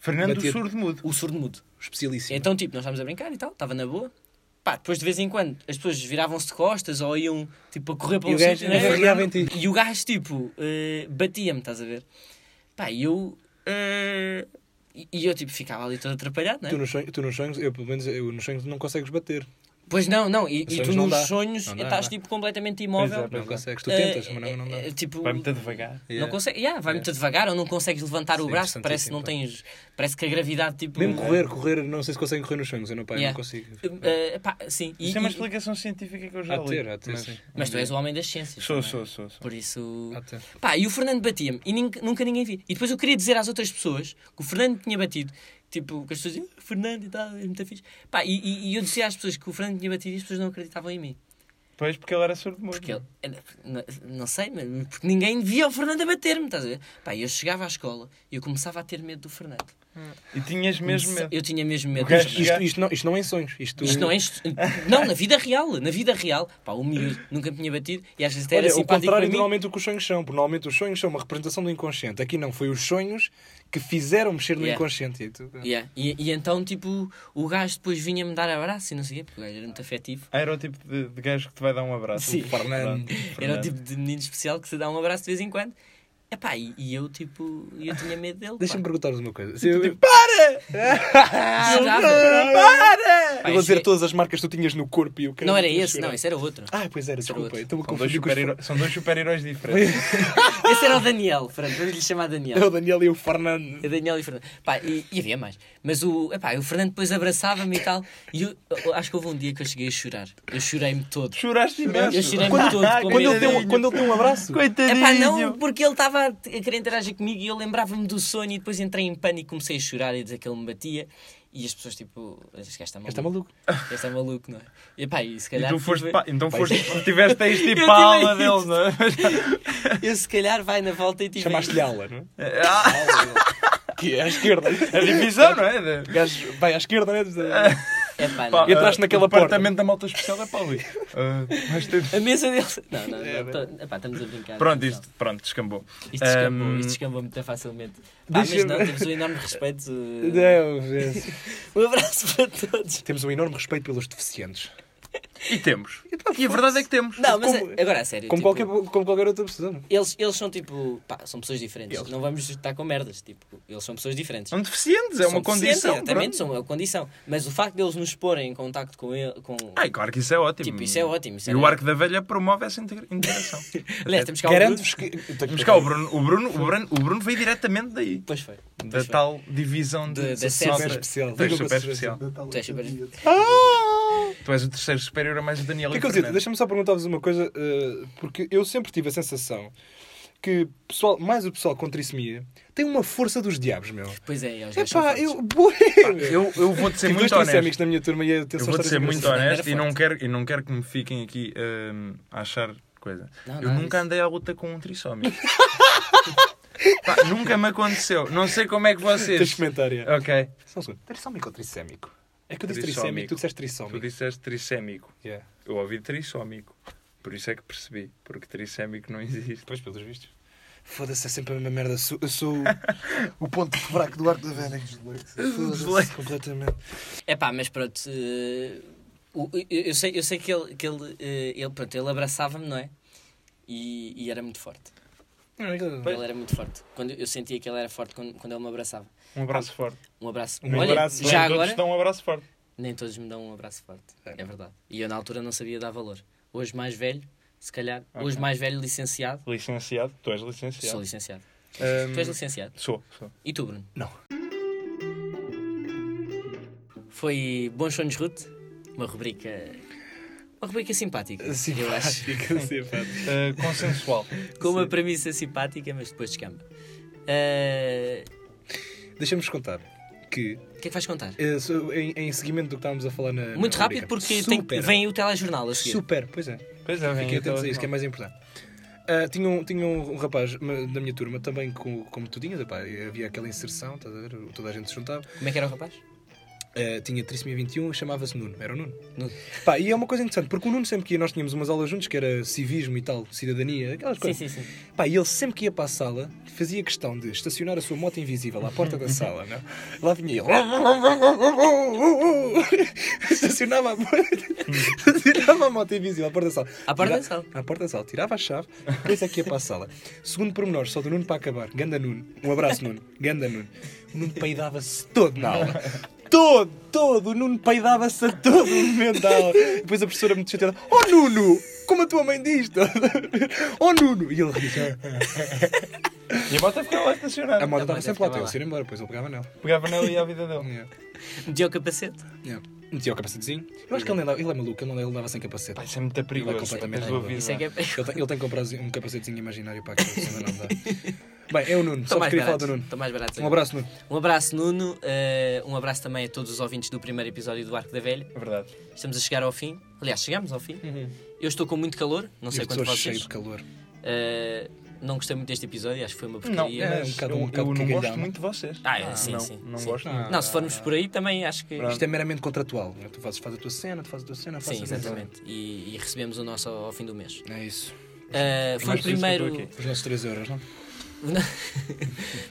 Speaker 4: Fernando
Speaker 3: Batia-
Speaker 4: Surdo Mudo.
Speaker 2: O surdo mudo.
Speaker 3: Especialíssimo.
Speaker 2: Então, tipo, nós estávamos a brincar e tal, estava na boa. Pá, depois de vez em quando as pessoas viravam-se de costas ou iam, tipo, a correr para
Speaker 3: E
Speaker 2: um
Speaker 3: o gajo
Speaker 2: sítio, né?
Speaker 3: arriava em ti.
Speaker 2: E o gajo, tipo, eh, batia-me, estás a ver? Pá, e eu. eh, e- e eu, tipo, ficava ali todo atrapalhado, né?
Speaker 3: Tu nos, sonhos, tu nos sonhos, eu pelo menos eu nos sonhos não consegues bater.
Speaker 2: Pois não, não. E, e
Speaker 3: sonhos
Speaker 2: tu
Speaker 3: não
Speaker 2: nos
Speaker 3: dá.
Speaker 2: sonhos
Speaker 3: Não dá,
Speaker 2: estás,
Speaker 3: não dá.
Speaker 2: tipo, completamente imóvel.
Speaker 3: Não consegues. Tu
Speaker 2: Eh,
Speaker 3: tentas,
Speaker 2: eh,
Speaker 3: mas não, não dá.
Speaker 2: eh, tipo,
Speaker 4: Vai muito devagar.
Speaker 2: Não consegue, yeah, vai muito devagar ou não consegues levantar o
Speaker 3: Sim,
Speaker 2: braço, parece que
Speaker 3: interessantíssimo,
Speaker 2: não tens. Parece que a gravidade tipo.
Speaker 3: Mesmo correr, correr, não sei se conseguem correr nos sonhos. Eu não, pá, eu
Speaker 2: Yeah.
Speaker 3: não consigo.
Speaker 2: Eh, eh, pá, sim. E-
Speaker 4: Isso é uma
Speaker 2: e-
Speaker 4: explicação científica que eu já
Speaker 3: Há
Speaker 4: li.
Speaker 3: de ter, há de ter,
Speaker 4: mas-
Speaker 3: sim.
Speaker 2: mas tu és o homem das ciências.
Speaker 4: Sou,
Speaker 2: não é?
Speaker 4: sou, sou. sou.
Speaker 2: Por isso.
Speaker 3: Há de ter.
Speaker 2: Pá, e o Fernando batia-me e nin- nunca ninguém via. E depois eu queria dizer às outras pessoas que o Fernando tinha batido. Tipo, que as pessoas diziam, "Ah, Fernando e tal, é muito fixe. Pá, e, e- e eu dizia às pessoas que o Fernando tinha batido e as pessoas não acreditavam em mim.
Speaker 4: Pois, porque ele era surdo mudo.
Speaker 2: Porque ele, eh, não, não sei, mas porque ninguém via o Fernando a bater-me, estás a ver? Pá, e eu chegava à escola e eu começava a ter medo do Fernando.
Speaker 4: E tinhas mesmo medo.
Speaker 2: Eu tinha mesmo medo.
Speaker 4: O gajo-
Speaker 2: Isto-
Speaker 3: Isto, isto, não, isto não é em sonhos. Isto,
Speaker 2: Isto não é. isto- Não, na vida real. Na vida real. Pá, o miúdo nunca me tinha batido e às vezes até era
Speaker 3: Olha, o
Speaker 2: é simpático para
Speaker 3: contrário de
Speaker 2: mim.
Speaker 3: normalmente o que os sonhos são, porque normalmente os sonhos são uma representação do inconsciente. Aqui não, foi os sonhos que fizeram mexer no
Speaker 2: Yeah.
Speaker 3: inconsciente. E tu-
Speaker 2: Yeah. E, e então, tipo, o gajo depois vinha-me dar abraço e não sei o quê, porque o gajo era muito afetivo.
Speaker 4: Ah, Era o tipo de, de gajo que te vai dar um abraço.
Speaker 2: Sim.
Speaker 4: O Fernando.
Speaker 2: Era o tipo de menino especial que se dá um abraço de vez em quando. Epá, e, e eu, tipo, eu tinha medo dele. pá.
Speaker 3: Deixa-me perguntar-vos uma coisa. Se eu,
Speaker 2: Chegava.
Speaker 3: Ah!
Speaker 2: Pá,
Speaker 3: eu vou dizer
Speaker 2: cheguei-
Speaker 3: todas as marcas que tu tinhas no corpo e o
Speaker 2: Não era esse, não, esse era outro.
Speaker 3: Ah, pois era,
Speaker 2: era
Speaker 3: desculpa.
Speaker 2: outro.
Speaker 3: Estou a
Speaker 4: São dois
Speaker 3: confundir com os
Speaker 4: super-heró- São dois super-heróis diferentes.
Speaker 2: Esse era o Daniel, Fernando, vamos lhe chamar
Speaker 3: É o
Speaker 2: Daniel.
Speaker 3: Daniel e o Fernando.
Speaker 2: É Daniel e Fernando. Pá, e, e havia mais. Mas o, epá, o Fernando depois abraçava-me e tal. E eu, eu acho que houve um dia que eu cheguei a chorar. Eu chorei-me todo.
Speaker 4: Choraste imenso.
Speaker 2: Eu chorei-me todo. com
Speaker 3: Quando ele,
Speaker 2: medo.
Speaker 3: tem um, quando ele tem um abraço.
Speaker 4: Coitadinho.
Speaker 2: Epá, não, porque ele estava a querer interagir comigo e eu lembrava-me do sonho e depois entrei em pânico, comecei a chorar e a dizer que ele me batia. E as pessoas, tipo, este gajo está maluco.
Speaker 3: Está maluco.
Speaker 2: Este é maluco, não é? E pá, e se
Speaker 4: tá E
Speaker 2: calhar.
Speaker 4: tu foste
Speaker 2: tive- é.
Speaker 4: pa... Então foste... tiveste a este
Speaker 2: tive
Speaker 4: tipo a aula
Speaker 2: isto.
Speaker 4: dele, não é?
Speaker 2: Eu se calhar vai na volta e tive.
Speaker 3: Chamaste-lhe ala, não é?
Speaker 4: Ah,
Speaker 3: Que é à esquerda.
Speaker 4: A divisão, não é?
Speaker 3: O gajo vai à esquerda, não é?
Speaker 2: Epá,
Speaker 4: Pá,
Speaker 2: não.
Speaker 3: E entraste
Speaker 4: ah,
Speaker 3: naquela
Speaker 4: o
Speaker 3: porta.
Speaker 4: departamento da malta especial é para ali. Ah, mas temos-
Speaker 2: A mesa dele. Não, não, não. tô- Epá, estamos a brincar.
Speaker 4: É, Pronto,
Speaker 2: atenção.
Speaker 4: isto, pronto, descambou. Ehm,
Speaker 2: Isto descambou,
Speaker 4: Ahm,
Speaker 2: isto descambou muito facilmente. Pá, mas
Speaker 3: deixa-me-
Speaker 2: não, temos um enorme respeito. uh,
Speaker 3: Deus, Jesus.
Speaker 2: Um abraço para todos.
Speaker 3: Temos um enorme respeito pelos deficientes.
Speaker 4: E temos. E a verdade é que temos.
Speaker 2: Não, mas
Speaker 3: Como-
Speaker 2: a- agora a sério.
Speaker 3: Como,
Speaker 2: tipo,
Speaker 3: qualquer, como qualquer outra pessoa. não é?
Speaker 2: Eles, eles são tipo. Pá, são pessoas diferentes. Não vamos estar com merdas. Tipo, eles são pessoas diferentes.
Speaker 4: São deficientes, é
Speaker 2: São
Speaker 4: uma
Speaker 2: deficientes,
Speaker 4: condição.
Speaker 2: Exatamente,
Speaker 4: pronto.
Speaker 2: são uma condição. Mas o facto de eles nos porem em contacto com ele. Com...
Speaker 4: Ai, claro que isso é ótimo.
Speaker 2: Tipo, isso é ótimo, isso
Speaker 4: e
Speaker 2: é
Speaker 4: o
Speaker 2: ótimo.
Speaker 4: Arco da Velha promove essa integra- integração.
Speaker 2: Aliás, temos cá o Bruno.
Speaker 3: Garanto-vos que.
Speaker 4: Mas cá o Bruno, o Bruno, o Bruno, o Bruno veio diretamente daí.
Speaker 2: Pois foi.
Speaker 4: Da tal divisão de,
Speaker 2: Da- da
Speaker 4: social.
Speaker 2: super
Speaker 3: especial.
Speaker 4: Tu és
Speaker 3: Diga uma
Speaker 4: super especial.
Speaker 3: Tá
Speaker 6: Da tal
Speaker 2: Tu és super-
Speaker 6: academia.
Speaker 4: Tu és o terceiro superior a mais o Daniel
Speaker 3: O Ah! que é
Speaker 4: e
Speaker 3: que eu
Speaker 4: o
Speaker 3: digo?
Speaker 4: Fernando.
Speaker 3: Deixa-me só perguntar-vos uma coisa, eh, porque eu sempre tive a sensação que pessoal, mais o pessoal com trissomia tem uma força dos diabos, meu.
Speaker 2: Pois é, eles
Speaker 3: Epá, eu. Bué!
Speaker 4: Eu, eu vou-te ser
Speaker 3: Tive dois
Speaker 4: muito honesto.
Speaker 3: trissêmicos na minha turma e a
Speaker 4: Eu
Speaker 3: atenção
Speaker 4: vou-te ser muito
Speaker 2: engraçado.
Speaker 4: honesto e
Speaker 2: Era
Speaker 4: não,
Speaker 2: forte.
Speaker 4: quero, e não quero que me fiquem aqui hum, a achar coisa.
Speaker 2: Não,
Speaker 4: eu
Speaker 2: não,
Speaker 4: nunca
Speaker 2: isso-
Speaker 4: andei à luta com um trissómico. Pá, nunca me aconteceu. Não sei como é que
Speaker 3: Tens de
Speaker 4: vocês.
Speaker 3: comentar, é.
Speaker 4: Ok.
Speaker 3: Só um segundo. Trissómico ou trissêmico? É que eu disse
Speaker 4: Trissómico.
Speaker 3: trissêmico, tu disseste
Speaker 4: Tu
Speaker 3: trissómico.
Speaker 4: disseste trissêmico.
Speaker 3: Yeah.
Speaker 4: Eu ouvi trissómico. Por isso é que percebi. Porque trissêmico não existe.
Speaker 3: Pois, pelos vistos. Foda-se, é sempre a mesma merda. Sou- Eu sou
Speaker 6: O ponto fraco do arco da velha.
Speaker 3: foda-se, completamente.
Speaker 2: É pá, mas pronto. eh, o- eu, eu sei, eu sei que ele, que ele, eh, ele, pronto, ele abraçava-me, não é? E, e era muito forte. é Ele era muito forte. Quando eu sentia que ele era forte quando, quando ele me abraçava.
Speaker 4: Um abraço forte.
Speaker 2: Um abraço.
Speaker 3: Um
Speaker 2: Olha,
Speaker 3: abraço.
Speaker 2: já
Speaker 4: Todos
Speaker 2: agora,
Speaker 4: dão um abraço forte.
Speaker 2: nem todos me dão um abraço forte. É verdade. E eu na altura não sabia dar valor. Hoje mais velho, se calhar, hoje mais velho licenciado.
Speaker 4: Licenciado. Tu és
Speaker 2: Sou
Speaker 4: licenciado.
Speaker 2: licenciado.
Speaker 4: Hum,
Speaker 2: Tu és licenciado.
Speaker 4: Sou. sou.
Speaker 2: E tu, Bruno?
Speaker 3: Não.
Speaker 2: Foi Bons Sonhos Ruth, uma rubrica. Uma rubrica simpática, eu acho.
Speaker 3: Simpático, simpático.
Speaker 4: Ah, consensual.
Speaker 2: Com uma premissa simpática, mas depois descamba. Ah,
Speaker 3: Deixa-me-vos contar que
Speaker 2: O que é que vais contar?
Speaker 3: Eh, so- em, em seguimento do que estávamos a falar na.
Speaker 2: Muito
Speaker 3: na
Speaker 2: rápido,
Speaker 3: rubrica.
Speaker 2: porque tem-
Speaker 3: super,
Speaker 2: vem o telejornal a seguir.
Speaker 3: Super, pois é.
Speaker 4: Pois é, vem
Speaker 3: Fiquem atentos a
Speaker 4: então-
Speaker 3: isso, que é mais importante. Ah, tinha, um, tinha um rapaz ma- da minha turma também, com, como tu tinhas, epá, havia aquela inserção, estás a ver? toda a gente se juntava.
Speaker 2: Como é que era o rapaz?
Speaker 3: Uh, tinha trissomia 21, chamava-se Nuno, era o Nuno. Pá, e é uma coisa interessante, porque o Nuno sempre que ia, nós tínhamos umas aulas juntos, que era civismo e tal, cidadania, aquelas
Speaker 7: Sim,
Speaker 3: coisas.
Speaker 7: sim, sim.
Speaker 3: Pá, e ele sempre que ia para a sala, fazia questão de estacionar a sua moto invisível à porta da sala, não? é? Lá vinha ele. estacionava, a... estacionava a moto invisível à porta da sala.
Speaker 7: À porta da
Speaker 3: Tira-
Speaker 7: sala.
Speaker 3: À porta da sala. Tirava a chave, depois é que ia para a sala. Segundo pormenor, só do Nuno para acabar. Ganda Nuno. Um abraço, Nuno. Ganda Nuno. O Nuno peidava-se todo na aula. Todo, todo. O Nuno peidava-se a todo o momento da aula. Depois a professora muito chateada. Oh, Nuno! Como a tua mãe diz? Oh, Nuno! E ele ria.
Speaker 2: é
Speaker 4: E a moto ficava lá estacionada.
Speaker 3: A moto
Speaker 2: moto
Speaker 3: estava sempre lá,
Speaker 2: ficava
Speaker 3: eu
Speaker 2: lá.
Speaker 3: ia embora, depois ele pegava nela.
Speaker 4: Pegava nela e ia à vida dele.
Speaker 3: Yeah.
Speaker 2: Metia o capacete.
Speaker 3: Yeah. Metia o capacetezinho. Eu acho que ele, nem andava, ele é maluco, ele não ele andava sem capacete.
Speaker 4: Pá, isso é muito
Speaker 3: Ele é
Speaker 4: perigoso.
Speaker 3: completamente
Speaker 4: Tens de ouvir.
Speaker 3: doido.
Speaker 2: Isso é que é.
Speaker 3: Ele tem, ele tem que comprar um capacetezinho imaginário para aquilo, senão não dá. Bem, é o Nuno,
Speaker 2: Estão
Speaker 3: só
Speaker 2: mais
Speaker 3: queria falar do
Speaker 2: baratos.
Speaker 3: Nuno.
Speaker 2: Estão mais baratos.
Speaker 3: Um
Speaker 2: agora.
Speaker 3: abraço, Nuno.
Speaker 2: Um abraço, Nuno. eh, um abraço também a todos os ouvintes do primeiro episódio do Arco da Velha.
Speaker 4: É Verdade.
Speaker 2: Estamos a chegar ao fim. Aliás, chegámos ao fim. Eu estou com muito calor, não
Speaker 3: E
Speaker 2: sei
Speaker 3: as
Speaker 2: quanto
Speaker 3: pessoas
Speaker 2: vocês.
Speaker 3: cheias de calor.
Speaker 2: Eh, não gostei muito deste episódio, acho que foi uma
Speaker 4: Não,
Speaker 2: porcaria.
Speaker 3: é
Speaker 4: mas
Speaker 3: um bocado-
Speaker 4: eu-
Speaker 3: um bocado
Speaker 4: eu não
Speaker 3: cagalhão.
Speaker 4: gosto muito de vocês.
Speaker 2: Ah, é, sim,
Speaker 4: não,
Speaker 2: sim,
Speaker 4: Não
Speaker 2: sim.
Speaker 4: gosto muito.
Speaker 2: Não, se formos por aí também acho que. é-
Speaker 4: Pronto.
Speaker 3: Isto é meramente contratual. não é? Tu fazes, fazes a tua cena, tu fazes a tua cena,
Speaker 2: Sim,
Speaker 3: fazes a tua
Speaker 2: exatamente. E, e recebemos o nosso ao, ao fim do mês.
Speaker 3: cena. É isso.
Speaker 2: Eh, foi o
Speaker 4: mais por isso que eu estou
Speaker 2: primeiro.
Speaker 4: aqui.
Speaker 3: Os nossos 3 euros, não?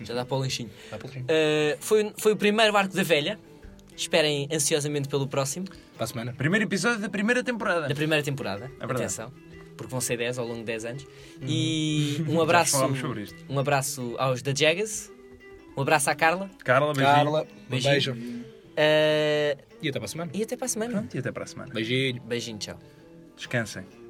Speaker 2: Já dá para o lanchinho.
Speaker 3: Dá para o rim.
Speaker 2: Eh, foi, foi o primeiro Arco da Velha. Esperem ansiosamente pelo próximo,
Speaker 3: Para a semana.
Speaker 4: Primeiro episódio da primeira temporada.
Speaker 2: da primeira temporada.
Speaker 4: É verdade. Uhum.
Speaker 2: Atenção. Porque vão ser 10 ao longo de 10 anos. E um
Speaker 4: Já
Speaker 2: abraço.
Speaker 4: falámos sobre isto.
Speaker 2: Um abraço aos da Jagas. Um abraço à Carla.
Speaker 4: Carla, beijinho.
Speaker 3: Carla, um
Speaker 2: Beijinho.
Speaker 3: beijo.
Speaker 2: Eh,
Speaker 3: E até para a semana.
Speaker 2: e até para a semana.
Speaker 4: E até para a semana.
Speaker 3: Beijinho.
Speaker 2: Beijinho, tchau.
Speaker 4: Descansem.